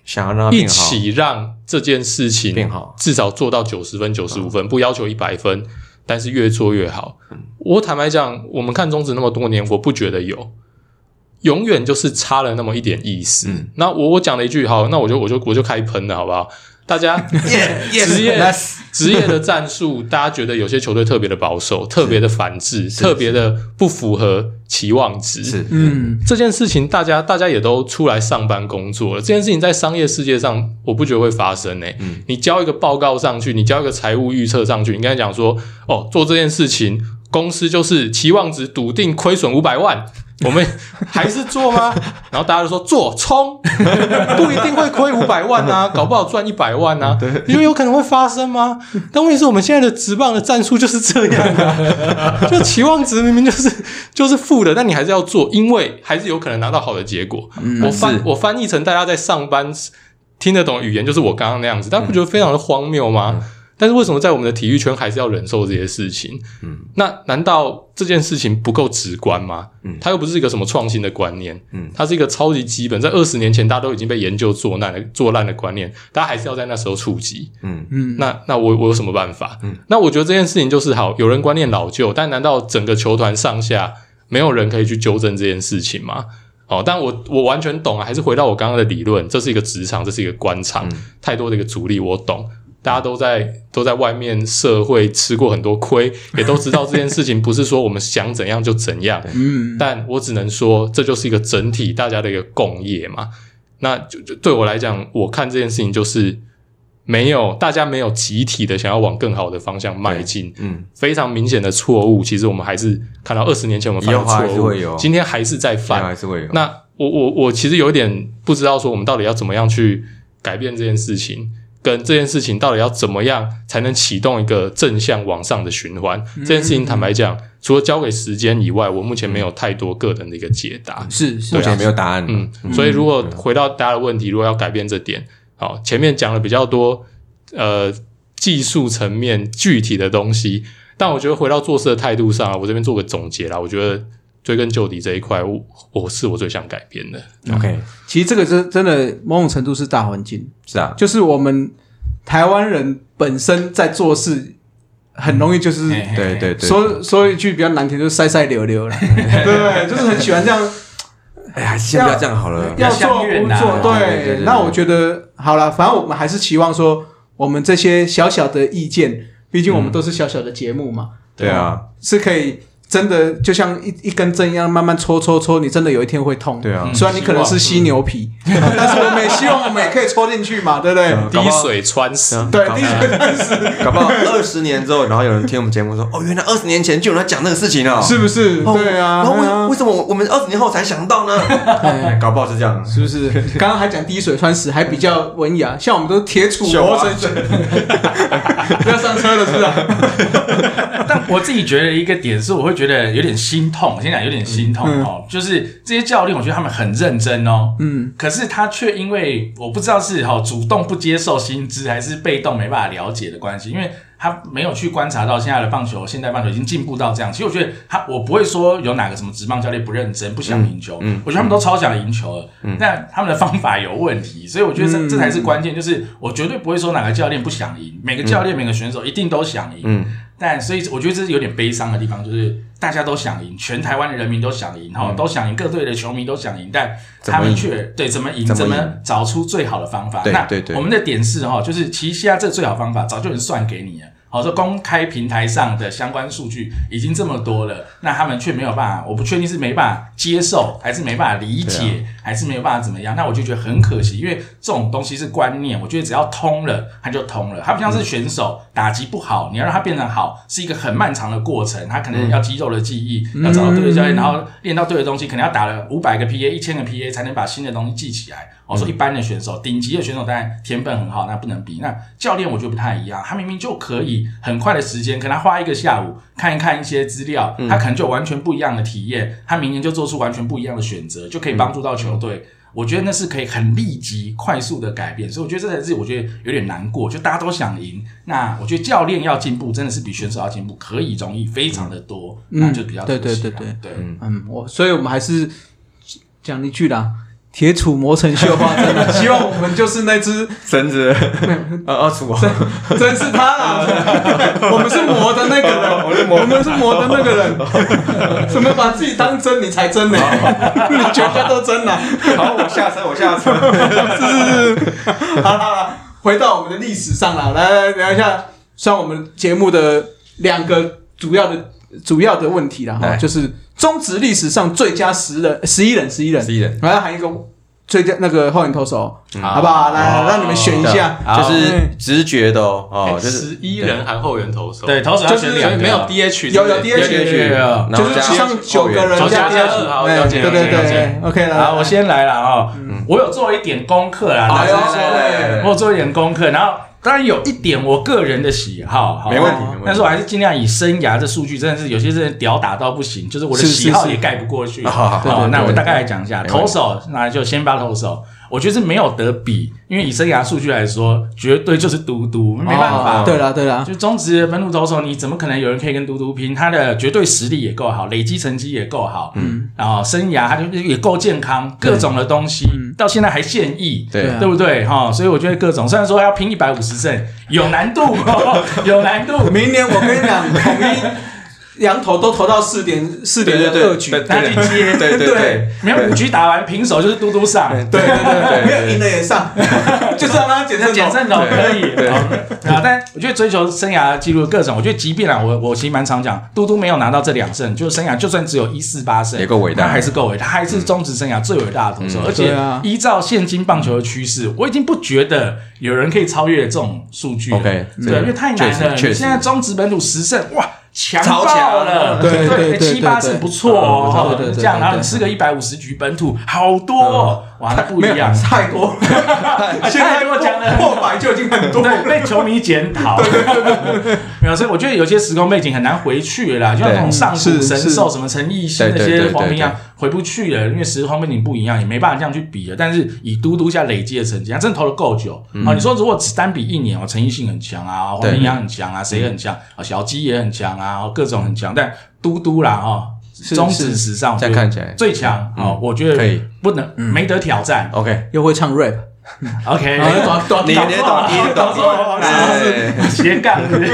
想要让它一变好，起让这件事情变好嗯至少做到九十分、九十五分，不要求一百分，但是越做越好。我坦白讲，我们看中职那么多年，我不觉得有，永远就是差了那么一点意思。嗯那我我讲了一句，好，那我就我就我就开喷了，好不好？大 家 职业 yes，职业的战术，大家觉得有些球队特别的保守，特别的反制，特别的不符合期望值。是，嗯，这件事情，大家大家也都出来上班工作了。这件事情在商业世界上，我不觉得会发生诶、嗯你交一个报告上去，你交一个财务预测上去，你跟他讲说，哦，做这件事情，公司就是期望值笃定亏损五百万，我们还是做吗？然后大家就说做冲，不一定会亏五百万啊，搞不好赚一百万啊，因为有可能会发生吗？但问题是我们现在的职棒的战术就是这样啊， 就期望值明明就是就是负的，但你还是要做，因为还是有可能拿到好的结果。我翻我翻译成大家在上班听得懂语言，就是我刚刚那样子，大家不觉得非常的荒谬吗？但是为什么在我们的体育圈还是要忍受这些事情？嗯，那难道这件事情不够直观吗？嗯它又不是一个什么创新的观念，嗯它是一个超级基本，在二十年前大家都已经被研究做烂的做烂的观念，大家还是要在那时候触及。嗯那那我我有什么办法？嗯那我觉得这件事情就是好，有人观念老旧，但难道整个球团上下没有人可以去纠正这件事情吗？哦，但我我完全懂啊，还是回到我刚刚的理论，这是一个职场，这是一个官场，嗯太多的一个阻力，我懂。大家都在都在外面社会吃过很多亏，也都知道这件事情不是说我们想怎样就 怎样，嗯，但我只能说，这就是一个整体大家的一个共业嘛。那就就对我来讲，我看这件事情就是没有大家没有集体的想要往更好的方向迈进，嗯，非常明显的错误。其实我们还是看到二十年前我们犯以后还的是错会有啊误，今天还是在反犯还。是会有，那我我我其实有点不知道说我们到底要怎么样去改变这件事情，跟这件事情到底要怎么样才能启动一个正向往上的循环。这件事情坦白讲，除了交给时间以外，我目前没有太多个人的一个解答。是是啊目前没有答案，嗯，所以如果回到大家的问题，如果要改变这点，好，前面讲了比较多，呃，技术层面具体的东西，但我觉得回到做事的态度上啊，我这边做个总结啦，我觉得追根究底这一块，我我是我最想改变的。嗯，OK，其实这个真真的某种程度是大环境，是啊，就是我们台湾人本身在做事很容易就是嘿嘿对对对，说说一句比较难听，就是塞塞流流 了，对，就是很喜欢这样哎呀，先不要这样好了，要做相不怨啊做。对对对对，对那我觉得好了，反正我们还是期望说，我们这些小小的意见，毕竟我们都是小小的节目嘛，对啊，是可以真的就像一一根针一样慢慢戳戳戳，你真的有一天会痛。对啊嗯虽然你可能是犀牛皮，但是我们也希望我们也可以戳进去嘛，对不啊嗯对？滴水穿石。对，第一个但是搞不好二十年之后，然后有人听我们节目说，哦，原来二十年前就有人讲那个事情啊，是不是？哦对啊，然后对啊为为什么我我们二十年后才想到呢？哎搞不好是这样，是不是？刚刚还讲滴水穿石，还比较文雅，像我们都是铁杵磨成 针。不要上车了，是不是？ 但我自己觉得一个点是，我会觉得有点心痛。先讲有点心痛哦，就是这些教练，我觉得他们很认真哦，嗯，可是他却因为我不知道是哈、主动不接受薪资，还是被动没办法了解的关系，因为他没有去观察到现在的棒球，现代棒球已经进步到这样。其实我觉得他，我不会说有哪个什么职棒教练不认真、不想赢球，嗯，我觉得他们都超想赢球的，那、他们的方法有问题，所以我觉得这、这才是关键，就是我绝对不会说哪个教练不想赢，每个教练、每个选手一定都想赢，嗯。但所以我觉得这是有点悲伤的地方，就是大家都想赢，全台湾的人民都想赢，哈、都想赢，各队的球迷都想赢，但他们却对怎么赢，怎么怎赢么找出最好的方法。对那对对我们的点是哈，就是其实现在这最好方法早就有人算给你了。好，这公开平台上的相关数据已经这么多了，那他们却没有办法，我不确定是没办法接受，还是没办法理啊解，还是没有办法怎么样。那我就觉得很可惜，因为这种东西是观念，我觉得只要通了，它就通了。它不像是选嗯手打击不好，你要让它变成好，是一个很漫长的过程。他可嗯能要肌肉的记忆，要找到对的教练，然后练到对的东西，可能要打了五百个 PA、一千个 PA 才能把新的东西记起来。我哦嗯说一般的选手，顶级的选手当然天分很好，那不能比。那教练我觉得不太一样，他明明就可以很快的时间，可能他花一个下午看一看一些资料，嗯他可能就有完全不一样的体验，他明年就做出完全不一样的选择，就可以帮助到球嗯队。我觉得那是可以很立即、快速的改变，所以我觉得这才是我觉得有点难过，就大家都想赢。那我觉得教练要进步，真的是比选手要进步，可以容易非常的多，嗯那就比较可惜啦对对对对对，嗯，我所以我们还是讲一句啦，铁杵磨成绣花针啊。 希望我们就是那只，绳子， 呃，二十五，真是他 啦，我们是磨的那个人，哦我们是磨的那个人，什么把自己当真，你才真 呢、你全家都真啊啦、好，我下车，我下 是是车。是，好了好了，回到我们的历史上了，来来聊一下，算我们节目的两个主要的主要的问题了哈，来就是中职历史上最佳十人、十一人、十一人， 11人我要喊一个最佳那个后援投手，好不好？来，来让你们选一下，嗯就是直觉的哦，哦，就十是一人含后援投手，对，，投手要就是选所两以个，没有 DH，有有对不对 DH 有啊然就后是加上九个人后援加第二好加好哎了对解对了解了对解，OK 了，好，我先来了哦。我有做一点功课啦，嗯哎呦但是我哦有做一点功课，然后当然有一点我个人的喜好，好没问题没问题但是我还是尽量以生涯这数据，真的是有些真的屌打到不行，就是我的是是喜好是也盖不过去。好好好好，对那对我对大概来讲一下没问投题手，那就先发投手。我觉得是没有得比，因为以生涯数据来说，绝对就是嘟嘟，没办法。哦对了对 了，就中职的本土投手，你怎么可能有人可以跟嘟嘟拼？他的绝对实力也够好，累积成绩也够好，嗯，然后生涯他就也够健康，各种的东西，到现在还现役。对啊对不对哈、所以我觉得各种虽然说要拼一百五十胜有难度、哦， 有难度。明年我跟你讲，统一羊头都投到四点四点对对的二对局，对他去接，对对对，没有五局打完平手就是嘟嘟上，对对对，对没有赢了也上， 就是让他简单简单。胜头对可以对好啊，但我觉得追求生涯记录各种，我觉得即便啊，我我其实蛮常讲，嘟嘟没有拿到这两胜，就是生涯就算只有一四八胜，也够伟大嗯那还是够伟大，他还是中职生涯最伟大的投手，而且对啊依照现今棒球的趋势，我已经不觉得有人可以超越这种数据了 OK，对，啊嗯因为太难确实了，确实现在中职本土十胜，哇。强超爆强了，对对对对对七八胜不错哦嗯对对，对这样，然后你对吃个一百五十局本土，好多哦，哇，那不没一有样，嗯太 多，现在 太多讲了破百就已经很多。对，被球迷检讨。 没有，所以我觉得有些时空背景很难回去了啦，就像那种上古是神是兽、什么陈奕迅对那对些对黄对平阳回不去了，因为时空背景不一样，也没办法这样去比了。但是以嘟嘟下累积的成绩，他真的投的够久啊！你说如果只单比一年哦，陈奕迅很强啊，黄嗯对嗯平阳很强啊，谁很强啊？小鸡也很强啊，各种很强，但嘟嘟啦哦，中指史上这样看起来最强嗯哦，我觉得可以哦不能没得挑战。 OK，又会唱 rap， OK，懂哦懂你你懂你懂 说哎是不是 斜杠是不是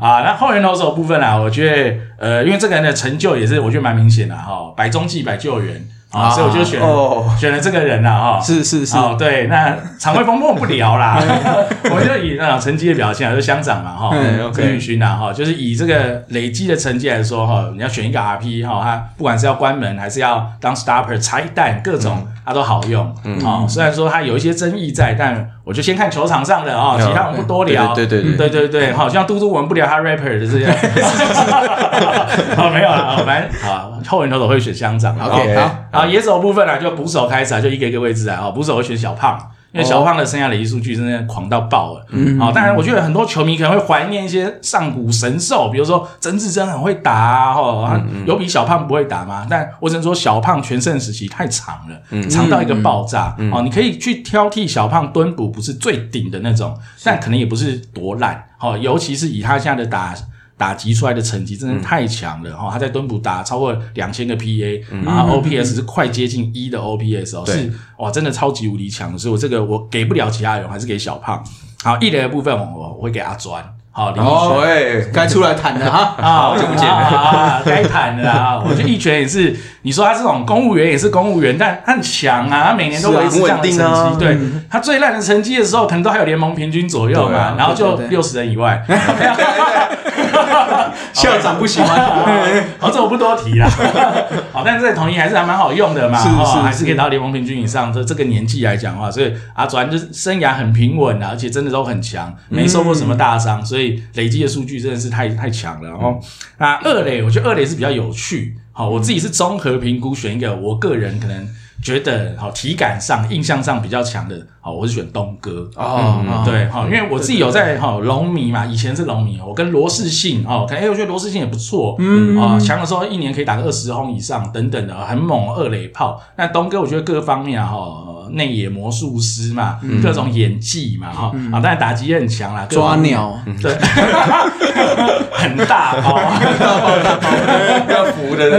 啊？那后援投手部分啊，我觉得呃，因为这个人的成就也是我觉得蛮明显的啊哈，百中计百救援啊，所以我就选哦选了这个人了啊哈。是是是，哦，对，那常规风波不聊 啦，我们就以那种成绩的表现啊，就乡长嘛哈，嗯郑宇勋啊哈，就是以这个累积的成绩来说哈，你要选一个 RP 哈，他不管是要关门还是要当 stopper 拆弹，各种嗯他都好用哦。虽然说他有一些争议在，但我就先看球场上的哦，其他我们不多嗯聊。嗯对对对嗯对对对对，好像嘟嘟我们不聊他 rapper 的 这些，哦好没有了，好反正好后援投手会选乡长啦 OK，好啊，野手部分呢、就捕手开始啊，就一个一个位置啊，哦，捕手我选小胖。因为小胖的生涯累积数据真的狂到爆了，哦嗯，好、当然我觉得很多球迷可能会怀念一些上古神兽，比如说曾志珍很会打啊，吼、啊有比小胖不会打吗？但我只能说小胖全盛时期太长了，长到一个爆炸、哦，你可以去挑剔小胖蹲捕不是最顶的那种，但可能也不是多烂，好、尤其是以他现在的打打击出来的成绩真嗯的太强了哈、哦！他在蹲捕打超过两千个 PA，、然后 OPS 是快接近一的 OPS 哦，嗯对是哇，真的超级无敌强的。所以我这个我给不了其他人，我还是给小胖。好，一垒的部分我我会给阿专，好林奕哦，轩哎，该出来谈了哈。啊，我就不见了，该谈的啊！我觉得一拳也是，你说他这种公务员也是公务员，但他很强啊，他每年都维持这样的成绩。是啊很稳定啊对、他最烂的成绩的时候，可能都还有联盟平均左右嘛，对啊然后就对对对六十人以外。 校长不喜欢，好，这我不多 提啦。好，但是这个统一还是还蛮好用的嘛，是哦是还是可以到联盟平均以上。这这个年纪来讲的话，所以阿转就是生涯很平稳啊，而且真的都很强，没受过什么大伤，所以累积的数据真的是太太强了。哦，那二垒，我觉得二垒是比较有趣。好，我自己是综合评估选一个，我个人可能觉得好体感上、印象上比较强的，好，我是选东哥。嗯哦对，哈，因为我自己有在哈龙迷嘛，以前是龙迷，我跟罗世信哦，看，哎，我觉得罗世信也不错，嗯，啊，强的时候一年可以打个二十轰以上等等的，很猛二垒炮。那东哥我觉得各方面啊，哈，内野魔术师嘛，嗯各种演技嘛，哈，啊，当然打击也很强啦，各抓方面，鸟，对，嗯 很大包，啊要服的，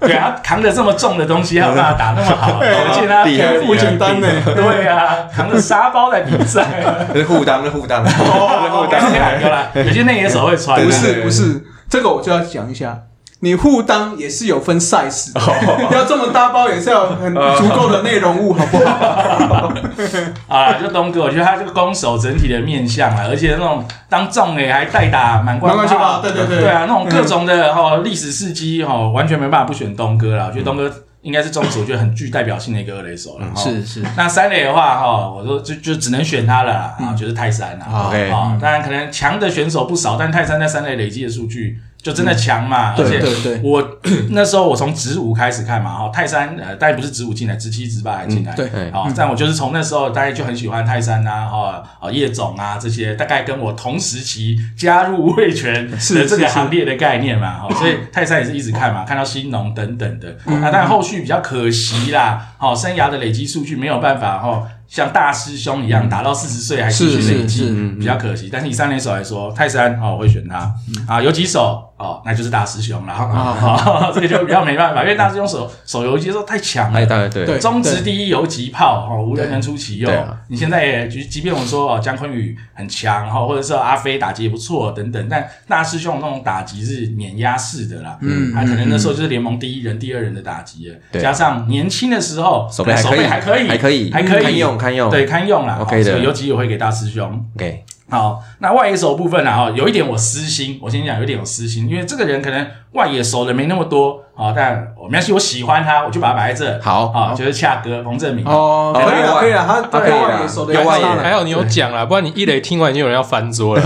对啊，扛着这么重的东西，还有办法打那么 好，而且他厉害厉害呢，对啊，扛着沙包在比赛。 是护裆 是护裆， 哦，护 有啦 有裆，啦，有些内野手会穿啊，不对是对不是，这个我就要讲一下。你护裆也是有分 size，的 要这么大包也是要很足够的内 容物，好不好？ 啊，就东哥，我觉得他这个攻守整体的面相啊，而且那种当众诶还代打满贯满贯炮，炮对对对嗯对啊，那种各种的哦历史事迹哦，完全没办法不选东哥啦。我觉得东哥应该是中职我觉得很具代表性的一个二垒手了。齁是，那三垒的话，哈，我说就就只能选他了啦啊，就是泰山啦。哦 OK 啊，当然可能强的选手不少，但泰山在三垒累积的数据就真的强嘛，而且对对对我 那时候我从职五开始看嘛，哈，泰山呃，当然不是职五进来，职七、职八还进来，嗯对对好、但我就是从那时候大家就很喜欢泰山啊，哈、哦，叶总啊这些，大概跟我同时期加入味全的这个行列的概念嘛， 哈、所以泰山也是一直看嘛，看到新农等等的，嗯那但后续比较可惜啦，好、生涯的累积数据没有办法哈、像大师兄一样打到四十岁还继嗯是续累是积，是，比较可惜。但是以三连手来说，泰山哦，我会选他啊，有几手哦，那就是大师兄了， 啊，这个就比较没办法，因为大师兄手手游接受太强哎，了。当然对，对中职第一游击炮哦，无人能出其右对啊。你现在也，即即便我们说哦，姜昆宇很强哈，哦或者是阿飞打击也不错等等，但大师兄那种打击是碾压式的啦。啊嗯他可能那时候就是联盟第一人、第二人的打击了，对啊加上年轻的时候手背还手可以，背还可以，还可以，还可以堪用堪用，对堪用啦。哦 OK 的所以游击我会给大师兄。 ，OK，好，那外野手部分呢？哈，有一点我私心，我先讲有一点我私心，因为这个人可能外野熟人没那么多，好、但我没关系，我喜欢他，我就把他摆在这，好啊、就是恰哥彭正明，哦，可以了，可以了，他可以啦他手的有外外野野还好你有讲啦，不然你一雷听完就有人要翻桌了。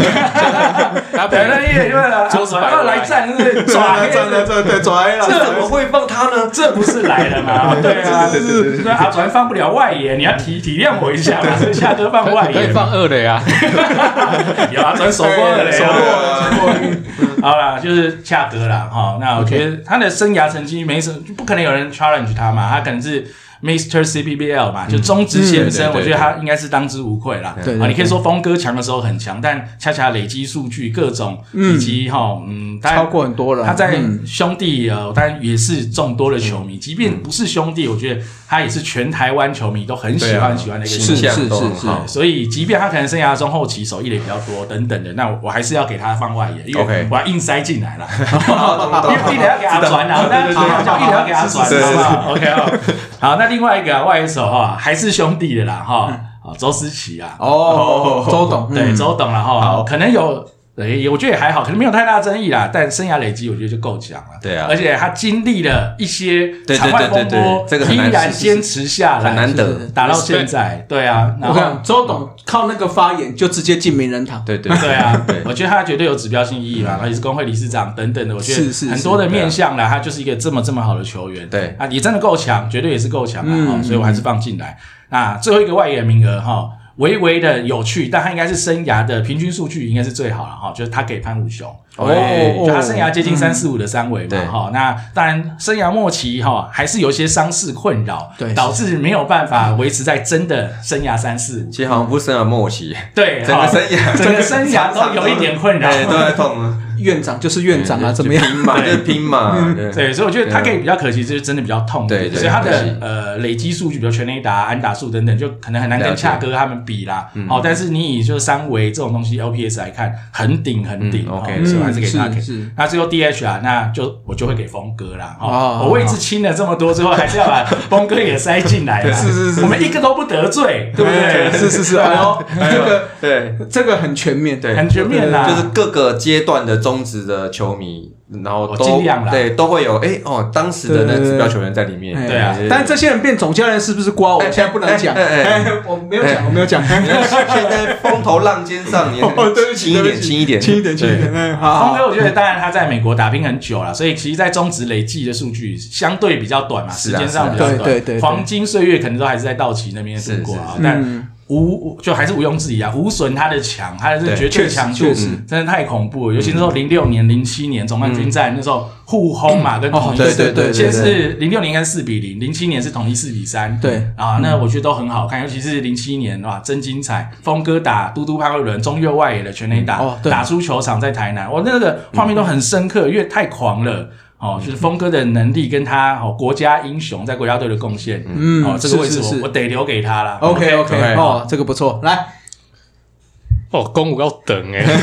他对，那 一点就桌子摆要过来来战，是不是抓黑转了转对转了，这怎么会放他呢？这不是来了 吗？对啊，对对对对，阿转放不了外野，你要体体谅我一下 嘛，所以恰哥放外可以可野嘛，以放二垒啊，有阿转手过了嘞，手过了，手过了 好啦，就是恰哥啦，哈、那我觉得他的生涯成绩没什么，就不可能有人 challenge 他嘛，他可能是 Mr. CPBL 嘛，就中职先生，嗯对对对我觉得他应该是当之无愧啦。对对啊，你可以对说峰哥强的时候很强，但恰恰累积数据各种以及哈嗯，当然超过很多人。他在嗯兄弟呃，当然也是众多的球迷，即便不是兄弟，我觉得他也是全台湾球迷都很喜欢喜欢的一个球形员。象都是很是好，所以，即便他可能生涯中后期手艺也比较多等等的，那我还是要给他放外野，因 OK 为我要硬塞进 来了，懂懂因为一点要给他转啊，那知道好好好一点要给他转，是是是好不好？OK 哦好，那另外一个啊外野手哈，还是兄弟的啦哈，啊周思齐啊，哦，嗯周董对，嗯周董了哈，可能有，诶我觉得也还好，可能没有太大争议啦。但生涯累积，我觉得就够强了。对啊而且他经历了一些对对场外对对风对波，这个很依难然是是坚持下来，很难得是打到现在。对啊，然我后看周董靠那个发言就直接进名人堂。对对对啊 对，嗯我觉得他绝对有指标性意义嘛，然后也是工会理事长等等的，我觉是是得很多的面向啦，他就是一个这么这么好的球员，啊对啊，也真的够强，绝对也是够强嗯啊，哦所以我还是放进来。那最后一个外援名额哈，微微的有趣，但他应该是生涯的平均数据应该是最好了哈，就是他给潘武雄。哦嗯就他生涯接近三四五的三围嘛对，哈、那当然生涯末期哈、还是有一些伤势困扰，对导致没有办法维持在真的生涯三四五，其实好像不是生涯末期，哎 对，整个哈生涯整个生涯都有一点困扰，对，都在痛啊，院长就是院长啊，对怎么样？拼嘛，就是拼嘛，嗯对 啊对，所以我觉得他可以比较可惜，就是真的比较痛苦。对对所以他可惜的呃累积数据，比如全垒打、安打数等等，就可能很难了跟解嗯恰哥他们比啦。哦，但是你以就是三维这种东西 LPS 来看，很顶很顶。嗯哦 OK，所以我还是给他嗯给是是。那最后 DH 啊，那就我就会给峰哥啦。哦哦，我位置清了这么多，最后还是要把峰哥也塞进来啦。 是是是我们一个都不 得罪，对不对？是是是，哎呦，啊这个对这个很全面。对，很全面啦。就是各个阶段的中职的球迷，然后哦我都尽量啦对都会有哎、哦，当时的那对指标球员在里面，哎对啊但这些人变总教练是不是瓜？我现在不能讲，哎哎哎哎我没有讲，我没有讲。现在风头浪尖上，你 哦对不起轻一对不点，起轻一点，轻一点，轻一点。哎，好峰好，哥，我觉得当然他在美国打拼很久了，所以其实，在中职累计的数据相对比较短嘛，时是啊间上比是较啊短，对对对对黄金岁月可能都还是在道奇那边度过啊嗯是是，但。无就还是毋庸置疑啊，无损他的强，他的是对绝对强度确实确实，嗯真的太恐怖了。尤其那时候零六年、零七年总冠军战那时候互轰嘛，跟哦统一对对对对先是零六年应该四比零，零七年是统一四比三，对嗯啊，那我觉得都很好看，尤其是零七年哇，真精彩！峰哥打嘟嘟潘慧伦中越外野的全垒打，哦对嗯啊打出球场在台南，我那个画面都很深刻，因为太狂了。哦，就是峰哥的能力跟他哦国家英雄在国家队的贡献，嗯哦这个位置是是是我我得留给他啦。 OK OK， OK，哦，这个不错。来， 哦，公武要等哎、欸，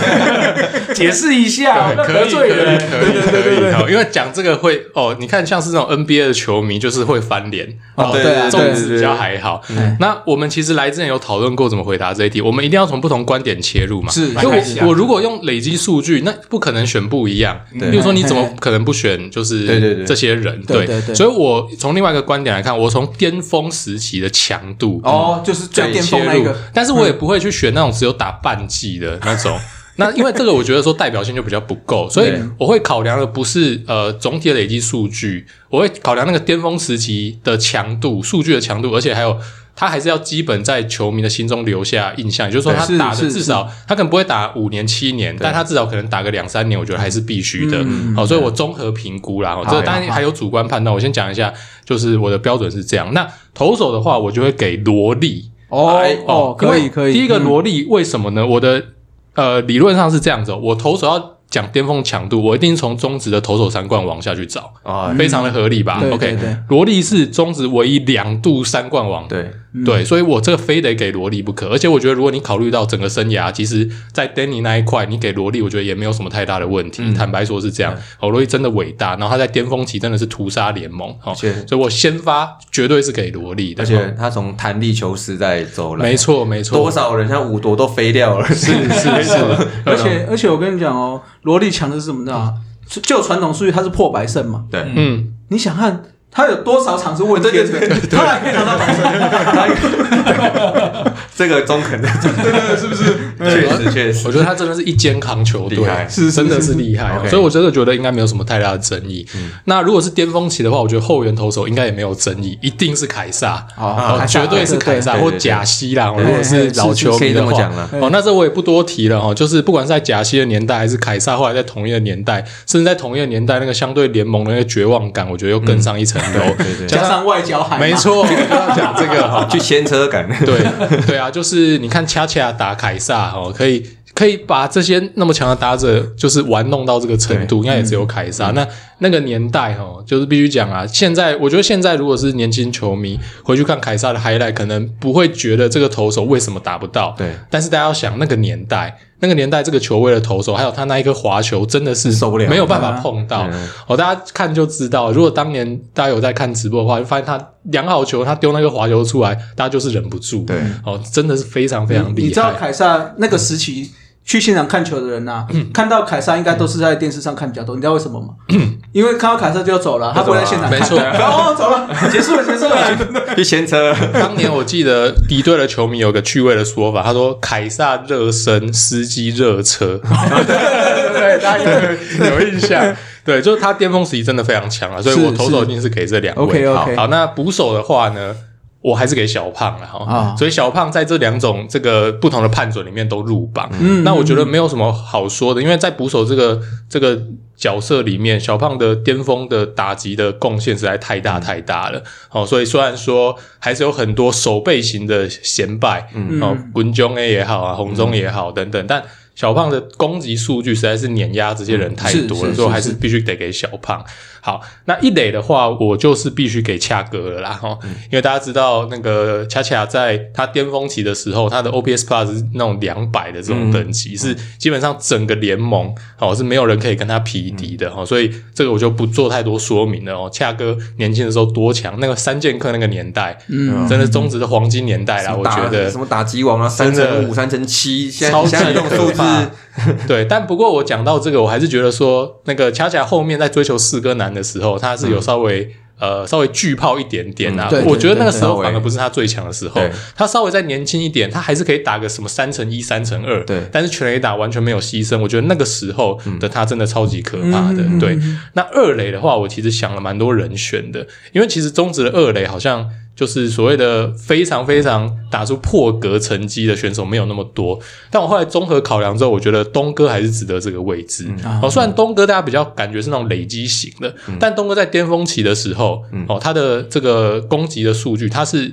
解释一下，那可得以罪可以人，可以可以，好，因为讲这个会哦，你看像是那种 NBA 的球迷就是会翻脸，哦，对对啊，粽对嗯子比较还好对。那我们其实来之前有讨论过怎么回答这一题，我们一定要从不同观点切入嘛。是因为来看一下我我如果用累积数据，那不可能选不一样。对例如说，你怎么嘿可能不选 就是对对对这些人？对对对所以我从另外一个观点来看，我从巅峰时期的强度哦，就是最巅切峰那一入个，，但是我也不会去选那种只有打半季的那 种。那因为这个，我觉得说代表性就比较不够，所以对我会考量的不是呃总体的累积数据，我会考量那个巅峰时期的强度、数据的强度，而且还有他还是要基本在球迷的心中留下印象，也就是说对他是打的是至少他可能不会打五年七年，但他至少可能打个两三年，我觉得还是必须的。好，所以我综合评估啦，哦这嗯好个当然还有主观判断，我先讲一下，就是我的标准是这样。那投手的话，我就会给罗莉。哦哎哦，因可为以可以。第一个嗯萝莉为什么呢？我的呃理论上是这样子哦、我投手要讲巅峰强度，我一定从中职的投手三冠王下去找，啊，非常的合理吧嗯对对？OK，对萝莉是中职唯一两度三冠王。对对，所以我这个非得给萝莉不可。而且我觉得，如果你考虑到整个生涯，其实，在 Danny 那一块，你给萝莉，我觉得也没有什么太大的问题。嗯坦白说是这样，哦，萝莉真的伟大，然后他在巅峰期真的是屠杀联盟哦，且所以我先发绝对是给萝莉的，而哦且他从弹力球时代走来，没错没错，多少人像五朵都飞掉了，是 是是，而且而且我跟你讲哦，萝莉强的是什么呢？就就传统数据，它是破百胜嘛。对，嗯，你想看他有多少场是问天的，他还可以拿到百嗯胜， 这个中肯的，对对，是不是？ 确实确实，我觉得他真的是一肩扛球队厉害，是真的是厉害，啊 OK 所以我真的觉得应该没有什么太大的争议。那如果是巅峰期的话，我觉得后援投手应该也没有争议，一定是凯撒，哦哦凯撒绝对是凯撒对对或对对贾西啦。如果是老球可以迷这的么话讲，了，哦，那这我也不多提了哈、哦。就是不管是在贾西的年代，还是凯撒后来在同一个年代，甚至在同一个年代那个相对联盟的那个绝望感，我觉得又更上一层层楼， 加上外交海，没，错，我就要讲这个 哈，去牵车感，对对啊，就是你看恰恰打凯撒哦，可以可以把这些那么强的打者就是玩弄到这个程度，应该也只有凯撒。那那个年代哦，就是必须讲啊，现在我觉得现在如果是年轻球迷回去看凯撒的 highlight，可能不会觉得这个投手为什么打不到，对但是大家要想那个年代。那个年代，这个球位的投手，还有他那一颗滑球，真的是受不了没有办法碰到。哦，大家看就知道。如果当年大家有在看直播的话，就发现他量好球，他丢那个滑球出来，大家就是忍不住。对，哦，真的是非常非常厉害。你知道凯撒那个时期去现场看球的人呐、嗯看到凯撒应该都是在电视上看比较多，你知道为什么吗？因为看到凯撒就要走了，他不会在现场看。嗯没错然后哦走了，结束了，结束 了。去牵车，当年我记得敌对的球迷有个趣味的说法，他说凯撒热身，司机热 车。对，大家有印象。对，就是他巅峰时期真的非常强啊，所以是我投手一定是给这两位。是好 OK，OK 好，那捕手的话呢？我还是给小胖了哈，啊所以小胖在这两种这个不同的判准里面都入榜。那我觉得没有什么好说的，因为在捕手这个这个角色里面，小胖的巅峰的打击的贡献实在太大太大了。哦，所以虽然说还是有很多守备型的显摆，嗯，哦，滚中 A 也好啊，红中也好等等，但小胖的攻击数据实在是碾压这些人太多了，所以我还嗯是必须得给小胖。好，那一垒的话，我就是必须给恰哥了啦，哈、因为大家知道那个恰恰在他巅峰期的时候，他的 OPS Plus 是那种两百的这种等级，是基本上整个联盟哦是没有人可以跟他匹敌的哈、哦，所以这个我就不做太多说明了哦。恰哥年轻的时候多强，那个三剑客那个年代，嗯，真的中职的黄金年代啦，哎我觉得什么打击王啊，三真乘的五、三乘七，现在超级现在这种数可怕字，对，但不过我讲到这个，我还是觉得说，那个恰恰后面在追求四哥男的时候，他是有稍微、呃稍微巨炮一点点啊。嗯嗯对我觉得那个时稍候微反而不是他最强的时候对，他稍微再年轻一点，他还是可以打个什么三乘一、三乘二。对但是全垒打完全没有牺牲，我觉得那个时候的他真的超级可怕的。嗯对，那二垒的话，我其实想了蛮多人选的，因为其实中职的二垒好像。就是所谓的非常非常打出破格成绩的选手没有那么多，但我后来综合考量之后，我觉得东哥还是值得这个位置。哦，虽然东哥大家比较感觉是那种累积型的，但东哥在巅峰期的时候，哦，他的这个攻击的数据，他是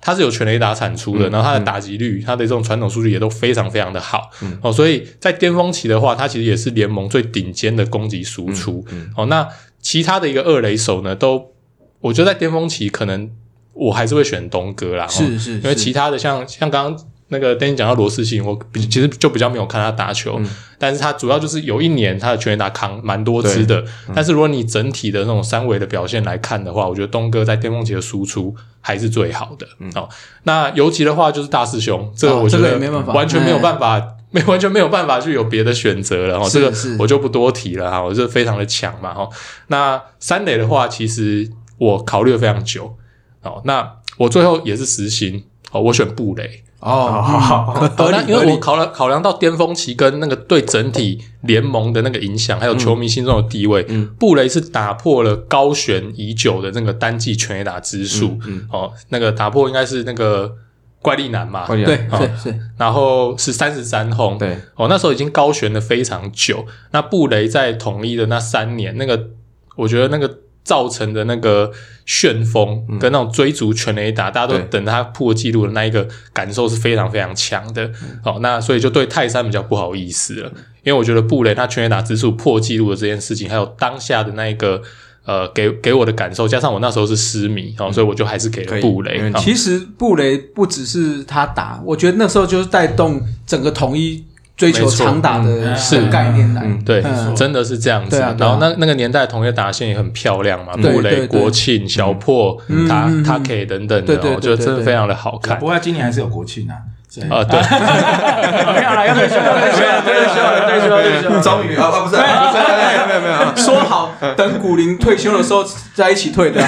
他是有全垒打产出的，然后他的打击率，他的这种传统数据也都非常非常的好、哦，所以在巅峰期的话，他其实也是联盟最顶尖的攻击输出、哦。那其他的一个二垒手呢，都我觉得在巅峰期可能我还是会选东哥啦，哦是是，因为其他的像像刚刚那个 Danny 讲到罗斯信，我比其实就比较没有看他打球，嗯但是他主要就是有一年他的全垒打扛蛮多支的，嗯但是如果你整体的那种三维的表现来看的话，我觉得东哥在巅峰期的输出还是最好的。哦，那尤其的话就是大师兄，这个嗯哦我觉这个得也没办法哎完全没有办法。没完全没有办法去有别的选择了哦，是这个是我就不多提了哈，我就非常的强嘛哈。那三垒的话，其实我考虑了非常久哦。那我最后也是实心哦，我选布雷，哦，好，那因为我考了考量到巅峰期跟那个对整体联盟的那个影响，还有球迷心中的地位，布雷是打破了高悬已久的那个单季全垒打之数，哦，那个打破应该是那个怪力男嘛，对好对对，然后是三十三轰，对，哦，那时候已经高悬了非常久。那布雷在统一的那三年，那个我觉得那个造成的那个旋风跟那种追逐全垒打，大家都嗯对等他破纪录的那一个感受是非常非常强的。嗯哦，那所以就对泰山比较不好意思了，因为我觉得布雷他全垒打之数破纪录的这件事情，还有当下的那一个。呃，给给我的感受，加上我那时候是失迷哦，所以我就还是给嗯可了以布雷。没问哦其实布雷不只是他打，我觉得那时候就是带动整个统一追求没错长打的嗯是概念来。嗯对嗯，真的是这样子。对啊对然啊后那那个年代，同业打线也很漂亮嘛，对布对雷、对嗯国庆、小破、塔塔 K 等等的对对对哦，我觉得真的对非常的好看不。过今年还是有国庆啊，所以啊，对，没有啦，要退休了，退休了，退啊休了，退休了，退休了。终于啊啊不是，啊不是没有没有没有没有，说好等古林退休的时候在一起退哎的，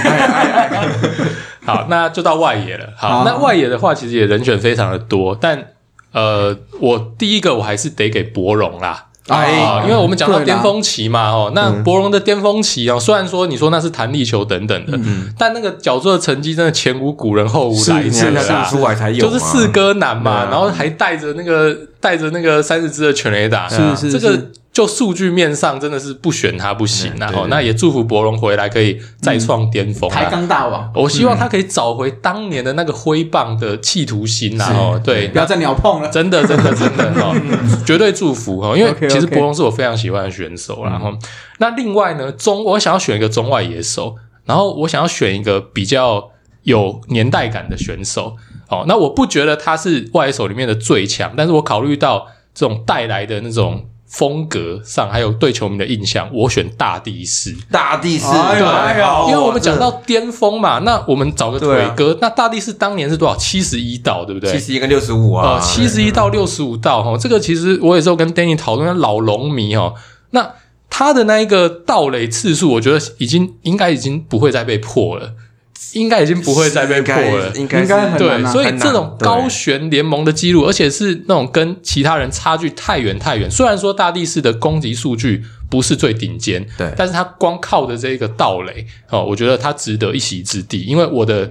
好，那就到外野了。好，好那外野的话，其实也人选非常的多，但呃，我第一个我还是得给博荣啦。啊，因为我们讲到哎对啦嗯巅峰期嘛，哦，那博荣的巅峰期哦，虽然说你说那是弹力球等等的，嗯但那个角色成绩真的前无古人后无来你者啊看他啦，打出来才有嘛，哎就是四哥男对嘛，啊然后还带着那个带着那个三十支的全垒打，啊是是这个就数据面上真的是不选他不行啊！嗯对嗯哦，那也祝福博龙回来可以再创巅峰抬啊！杠大王，我希望他可以找回当年的那个挥棒的企图心啊！是哦，对，不要再鸟碰了。真的，真的，真的哦，嗯绝对祝福哦，因为 OK，OK 其实博龙是我非常喜欢的选手嗯啦，然后、那另外呢，中我想要选一个中外野手，然后我想要选一个比较有年代感的选手哦。那我不觉得他是外野手里面的最强，但是我考虑到这种带来的那种风格上，还有对球迷的印象，我选大地士。大地是，哎呦哎呦对因为我们讲到巅峰嘛，那我们找个对腿啊哥，那大地士当年是多少？七十一道，对不对？七十一跟六十五啊呃，，七十一到六十五道哦哈，这个其实我也是有跟 Danny 讨论老龙迷哦，那他的那一个盗垒次数，我觉得已经应该已经不会再被破了，应该已经不会再被破了。应该应该很对难对，啊所以很难这种对高悬联盟的记录，而且是那种跟其他人差距太远太远。虽然说大力士的攻击数据不是最顶尖，对但是他光靠着这个盗垒哦，我觉得他值得一席之地。因为我的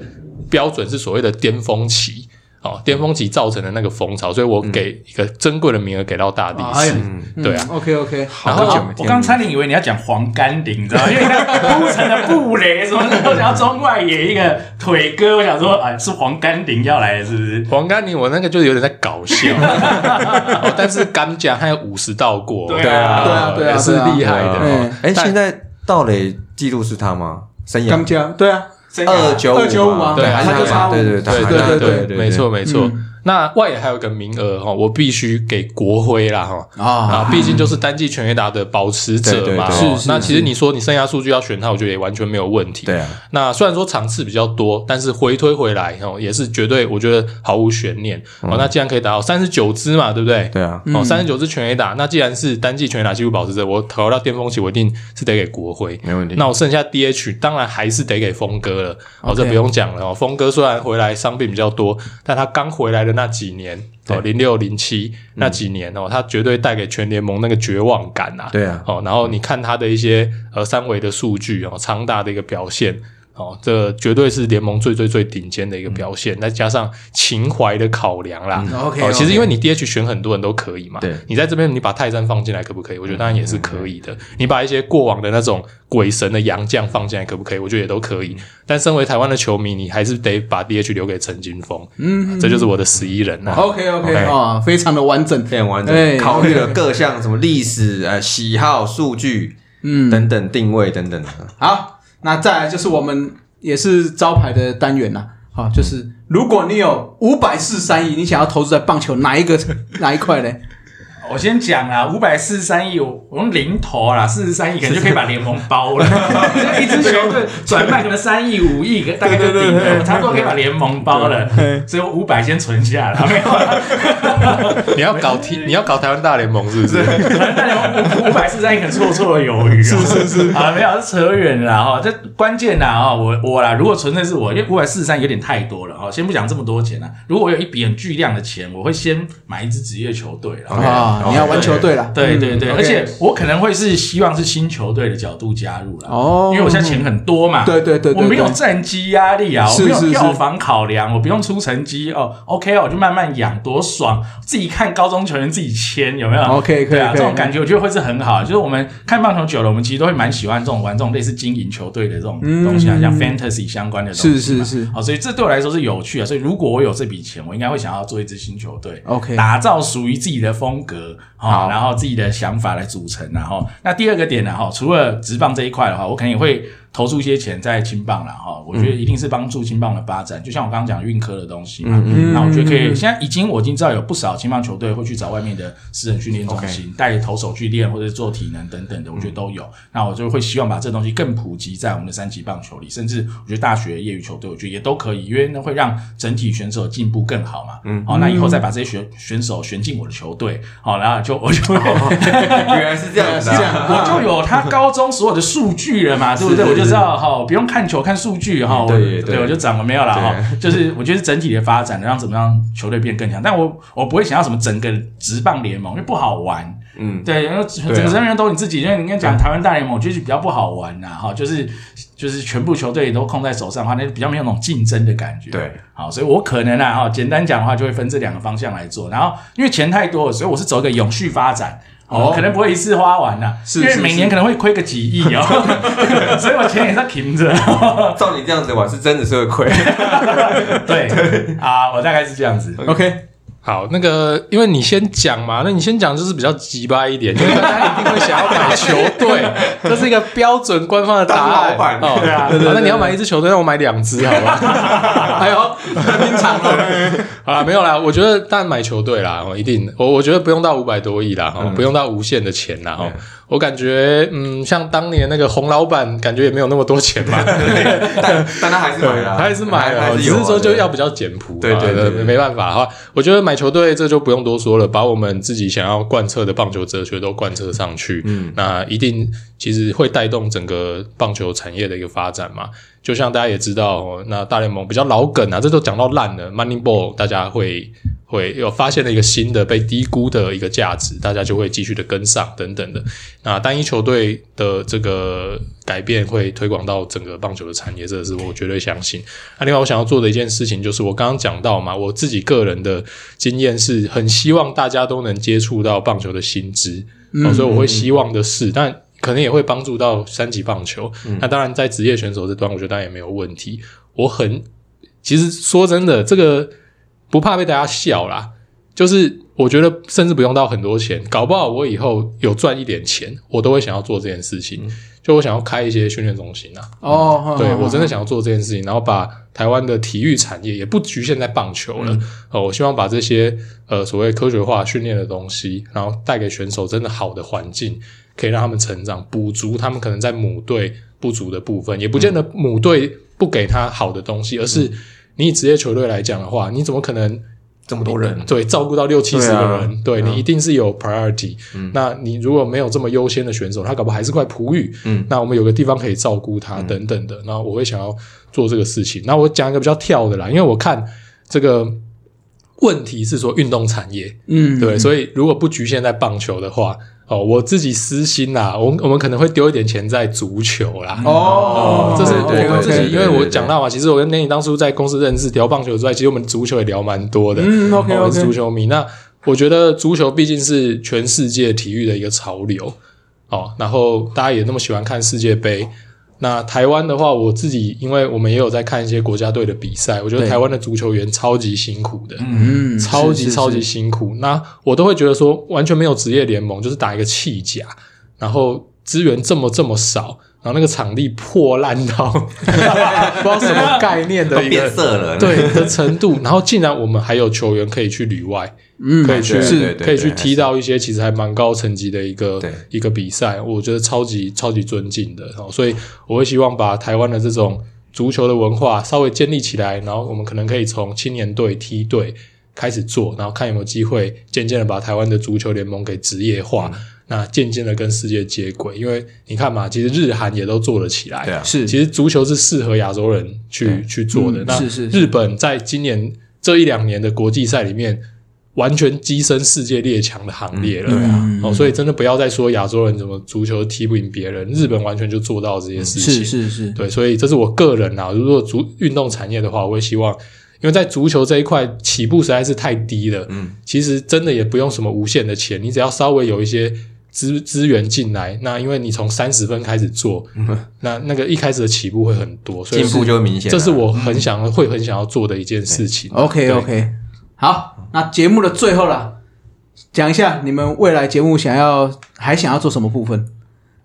标准是所谓的巅峰期哦，巅峰期造成的那个风潮，所以我给一个珍贵的名额给到大力哎士。呀对啊， ，OK OK，然然后我刚差点以为你要讲黄甘霖，你知道吗？因为你看铺成的布雷什么的，我想要中外野一个腿哥，我想说啊，是黄甘霖要来的，是不是？黄甘宁，我那个就有点在搞笑， 哦但是甘讲还有五十道过，哦对啊对啊对啊也是厉害的。对啊哦哎，但现在盗垒记录是他吗？生涯刚加对啊，二九295啊对还是他就差五对对对他对对对对没错。没错嗯。那外野还有个名额哈，我必须给国徽啦哈。啊，啊，毕竟就是单季全垒打的保持者嘛，对对对哦那其实你说你生涯数据要选他，我觉得也完全没有问题。对啊，那虽然说场次比较多，但是回推回来哦，也是绝对我觉得毫无悬念。哦，那既然可以达到三十九支嘛，对不对？嗯对啊，嗯哦，三十九支全垒打，那既然是单季全垒打纪录保持者，我投到巅峰期，我一定是得给国徽。没问题。那我剩下 DH 当然还是得给峰哥了，哦，这不用讲了哦。峰哥虽然回来伤病比较多，但他刚回来的那几年，哦，零六零七那几年哦，他绝对带给全联盟那个绝望感啊。对啊哦，然后你看他的一些呃三维的数据哦，昌大的一个表现。哦，这绝对是联盟最最最顶尖的一个表嗯现，再加上情怀的考量啦。 OK，哦，其实 OK 因为你 DH 选很多人都可以嘛，对你在这边你把泰山放进来可不可以？我觉得当然也是可以的。你把一些过往的那种鬼神的洋将放进来可不可以？我觉得也都可以。但身为台湾的球迷，你还是得把 DH 留给陈金峰，嗯，这就是我的十一人啊。 OK OK 啊，非常的完整，非常完哎整，考虑了各项什么历史、呃喜好、数据嗯，等等定位等等的。好，那再来就是我们也是招牌的单元啦。好，就是如果你有五百四三亿，你想要投资在棒球哪一个 哪一块呢？我先讲啦，五百四十三亿，我我用零投啦，四十三亿可能就可以把联盟包 了。就一支球队转卖可能三亿、五亿，大概就顶了，差不多可以把联盟包了。所以我五百先存下了，没有啊 啦。你要搞 T，你要搞台湾大联盟是不是？那你们五百四十三亿可错错的鱿鱼、是是是，啊，没有，这扯远了哈。这关键啦哈，我我啦，如果纯粹是我，因为五百四十三有点太多了哈。先不讲这么多钱啦，如果我有一笔很巨量的钱，我会先买一支职业球队啦。 OK，啊，你要玩球队啦。对对对，嗯而且 OK 我可能会是希望是新球队的角度加入啦，哦因为我现在钱很多嘛，对对对对对我没有战绩压力啊，我是没有是是票房考量，我不用出成绩哦，OK 哦，我就慢慢养，多爽，自己看高中球员自己签有没有 OK，可以哦对啊，可以这种感觉我觉得会是很好，就是我们看棒球久了，我们其实都会蛮喜欢这种玩这种类似经营球队的这种东西啊，像 fantasy 相关的东西嘛，嗯是是是哦，所以这对我来说是有趣啊，所以如果我有这笔钱，我应该会想要做一支新球队 OK 打造属于自己的风格，哈、好然后自己的想法来组成，然后那第二个点呢，哈，除了职棒这一块的话，我肯定会投注一些钱在青棒了，哈，我觉得一定是帮助青棒的发展，就像我刚刚讲运科的东西嘛，嗯那我觉得可以，现在已经我已经知道有不少青棒球队会去找外面的私人训练中心带投手去练，或者是做体能等等的，我嗯觉得都有。那我就会希望把这东西更普及在我们的三级棒球里，甚至我觉得大学业余球队，我觉得也都可以，因为那会让整体选手的进步更好嘛。嗯，好、那以后再把这些选选手选进我的球队，好、然后 就我就 会、哦原来是这样子是这啊，样我就有他高中所有的数据了嘛，对不对？是我就知道哈，不用看球看数据哈，我对对对对，我就掌握没有了哈。就是我觉得是整体的发展，让怎么让球队变更强，但我我不会想要什么整个职棒联盟，因为不好玩。嗯，对，然后整个身边都你自己，因为你跟啊讲台湾大联盟，我觉得比较不好玩呐，哈，就是就是全部球队都控在手上的话，那就比较没有那种竞争的感觉。对，好，所以我可能啊，哈，简单讲的话，就会分这两个方向来做。然后因为钱太多了，所以我是走一个永续发展。哦，可能不会一次花完呐，是因为是每是年可能会亏个几亿哦， 所以我钱也是停着。照你这样子玩，是真的是会 亏。对啊，我大概是这样子。 OK，好，那个，因为你先讲嘛，那你先讲就是比较鸡巴一点，因为大家一定会想要买球 队，这是一个标准官方的答当案。老板哦，对啊，那你要买一支球队，那我买两支好 吧？哎呦，很平常了。好啦，没有啦，我觉得但买球队啦，哦，一定，我我觉得不用到五百多亿啦，嗯哦，不用到无限的钱啦，哦，我感觉，嗯，像当年那个洪老板，感觉也没有那么多钱 嘛，但但他还是买了， 他还是买了，还只是有啊是说就对要比较简朴啊，对对对对没办法哈。我觉得买球队这就不用多说了，把我们自己想要贯彻的棒球哲学都贯彻上去，嗯，那一定其实会带动整个棒球产业的一个发展嘛。就像大家也知道，哦那大联盟比较老梗啊，这都讲到烂了，Moneyball 大家会。会有发现了一个新的被低估的一个价值，大家就会继续的跟上等等的。那单一球队的这个改变会推广到整个棒球的产业，这个是我绝对相信。那另外我想要做的一件事情，就是我刚刚讲到嘛，我自己个人的经验是很希望大家都能接触到棒球的薪资，哦，所以我会希望的是，但可能也会帮助到三级棒球。那当然，在职业选手这端，我觉得当然也没有问题。我很，其实说真的，这个不怕被大家笑啦，就是我觉得甚至不用到很多钱，搞不好我以后有赚一点钱，我都会想要做这件事情。就我想要开一些训练中心啊，哦，对好我真的想要做这件事情，然后把台湾的体育产业也不局限在棒球了。呃，我希望把这些呃所谓科学化训练的东西，然后带给选手真的好的环境，可以让他们成长，补足他们可能在母队不足的部分，也不见得母队不给他好的东西，而是你以职业球队来讲的话，你怎么可能？这么多人，对，照顾到六七十对个啊人，对,、你一定是有 priority、那你如果没有这么优先的选手，他搞不好还是块璞玉。嗯那我们有个地方可以照顾他等等的。然后我会想要做这个事情。那我讲一个比较跳的啦，因为我看这个问题是说运动产业，嗯，对，所以如果不局限在棒球的话，哦，我自己私心啦，我们我们可能会丢一点钱在足球啦。哦，这是对我对对们自对己，因对为对我对讲到嘛，其实我跟 Nanny 当初在公司认识，聊棒球之外，其实我们足球也聊蛮多的。哦嗯，OK 我们是 OK，足球迷。那我觉得足球毕竟是全世界体育的一个潮流哦，然后大家也那么喜欢看世界杯。那台湾的话，我自己因为我们也有在看一些国家队的比赛，我觉得对台湾的足球员超级辛苦的，嗯，超是级是超级是辛苦。那我都会觉得说，完全没有职业联盟，就是打一个弃甲，然后资源这么这么少，然后那个场地破烂 到不知道什么概念都的一个变色了，对的程度，然后竟然我们还有球员可以去里外，嗯可以去对对对可以去对踢到一些其实还蛮高层级的一个对一个比赛，我觉得超级超级尊敬的。哦，所以我会希望把台湾的这种足球的文化稍微建立起来，然后我们可能可以从青年队、梯队开始做，然后看有没有机会渐渐的把台湾的足球联盟给职业化。嗯那渐渐的跟世界接轨，因为你看嘛，其实日韩也都做了起来，对啊是其实足球是适合亚洲人去去做的。嗯那是是是日本在今年这一两年的国际赛里面，完全跻身世界列强的行列了。嗯哦，所以真的不要再说亚洲人怎么足球踢不赢别人，日本完全就做到这些事情。是是是，对，所以这是我个人啊，如果足运动产业的话，我会希望，因为在足球这一块起步实在是太低了，嗯，其实真的也不用什么无限的钱，你只要稍微有一些资资源进来，那因为你从三十分开始做，那那个一开始的起步会很多，所以嗯进步就会明显了。嗯这是我很想、会很想要做的一件事情。 OK 对 OK，好，那节目的最后了，讲一下你们未来节目想要还想要做什么部分？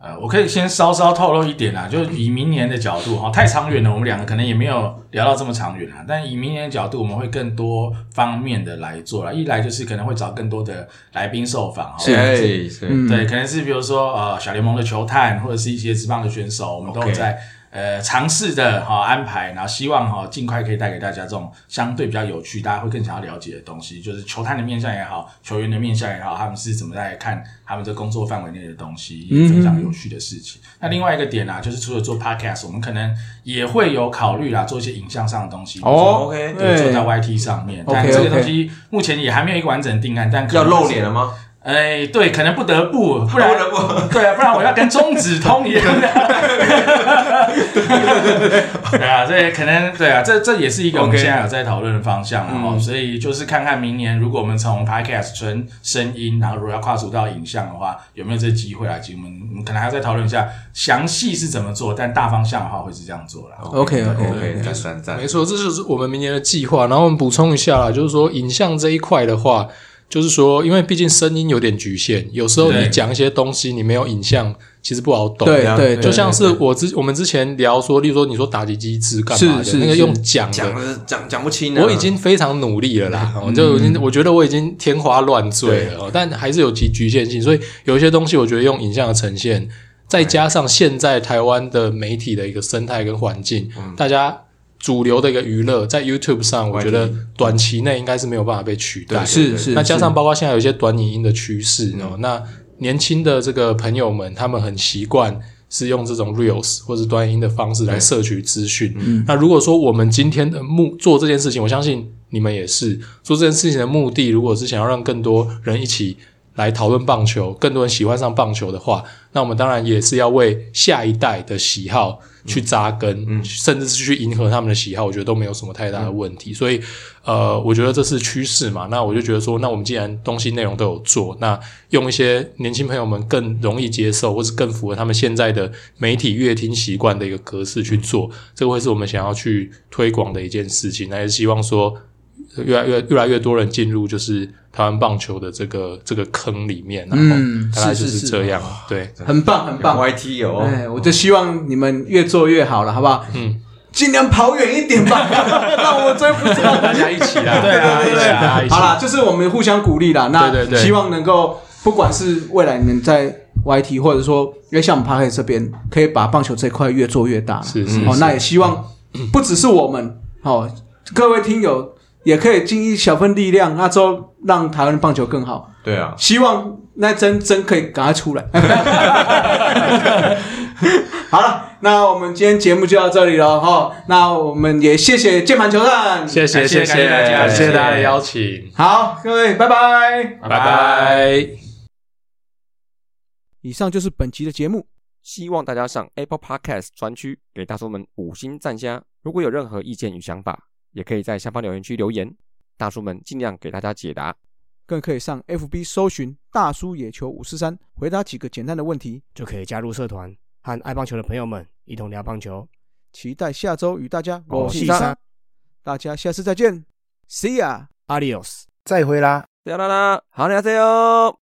呃，我可以先稍稍透露一点啦，就是以明年的角度哈、太长远了，我们两个可能也没有聊到这么长远啦。但以明年的角度，我们会更多方面的来做啦。一来就是可能会找更多的来宾受访哈，是哎是嗯对，可能是比如说呃小联盟的球探或者是一些职棒的选手，我们都有 OK 在呃尝试的哈、安排，然后希望哈、尽快可以带给大家这种相对比较有趣，大家会更想要了解的东西，就是球探的面向也好，球员的面向也好，他们是怎么在看他们这工作范围内的东西，嗯也分享有趣的事情。那另外一个点啊，就是除了做 podcast，我们可能也会有考虑啊啦，做一些影像上的东西。哦，OK，对，做对在 YT 上面，但 OK，这个 OK 东西目前也还没有一个完整的定案，但可要能露是脸了吗？哎，对，可能不得不，不然不得不对啊，不然我要跟中指通一样的。对啊，所以可能对啊，这这也是一个我们 OK 现在有在讨论的方向，然后所以就是看看明年如果我们从 podcast 纯声音，然后如果要跨足到影像的话，有没有这机会啊？其实我们我们可能还要再讨论一下详细是怎么做，但大方向的话会是这样做啦。 OK OK OK，赞赞赞嗯没，错，这就是我们明年的计划。然后我们补充一下啦，就是说影像这一块的话，就是说，因为毕竟声音有点局限，有时候对你讲一些东西，你没有影像，其实不好懂。对啊对，对就像是对我之我们之前聊说，例如说你说打击机制干嘛是的是，那个是用讲的讲，的讲讲不清啊，我已经非常努力了啦，我就已经我觉得我已经天花乱坠了，哦但还是有其局限性，所以有一些东西我觉得用影像的呈现，再加上现在台湾的媒体的一个生态跟环境，大家主流的一个娱乐在 YouTube 上，我觉得短期内应该是没有办法被取代的。是是，嗯那加上包括现在有一些短影音的趋势哦，那年轻的这个朋友们，他们很习惯是用这种 reels 或者短影音的方式来摄取资讯。嗯那如果说我们今天的目做这件事情，我相信你们也是做这件事情的目的，如果是想要让更多人一起。来讨论棒球，更多人喜欢上棒球的话，那我们当然也是要为下一代的喜好去扎根，甚至是去迎合他们的喜好，我觉得都没有什么太大的问题。所以，呃，我觉得这是趋势嘛。那我就觉得说，那我们既然东西内容都有做，那用一些年轻朋友们更容易接受，或是更符合他们现在的媒体阅听习惯的一个格式去做，这会是我们想要去推广的一件事情。那也希望说，越来越越来越多人进入就是台湾棒球的这个这个坑里面，然后嗯大概是就是是是这样，对。很棒很棒， YT 哦，哎，我就希望你们越做越好了，好不好？嗯，尽量跑远一点吧，让我追不上。 大家一起啦，对啊对对啊大家一起好啦，就是我们互相鼓励啦。那对对对希望能够，不管是未来你们在 YT，或者说因为像我们 p a r k 这边，可以把棒球这块越做越大。是是哦，那也希望不只是我们哦，各位听友也可以尽一小份力量，那之后让台湾的棒球更好。对啊，希望那真真可以赶快出来。 好了，那我们今天节目就到这里了哈。那我们也谢谢键盘球探，谢谢感谢谢谢感谢大家感谢大家的邀请，好，各位，拜拜。拜拜。以上就是本期的节目，希望大家上 Apple Podcast 专区给大叔们五星赞加。如果有任何意见与想法，也可以在下方留言区留言，大叔们尽量给大家解答。更可以上 FB 搜寻“大叔野球五四三”，回答几个简单的问题。就可以加入社团，和爱棒球的朋友们一同聊棒球。期待下周与大家我是三三，大家下次再见，See ya。 Adios。再会啦。啦啦啦，好，你好，加油！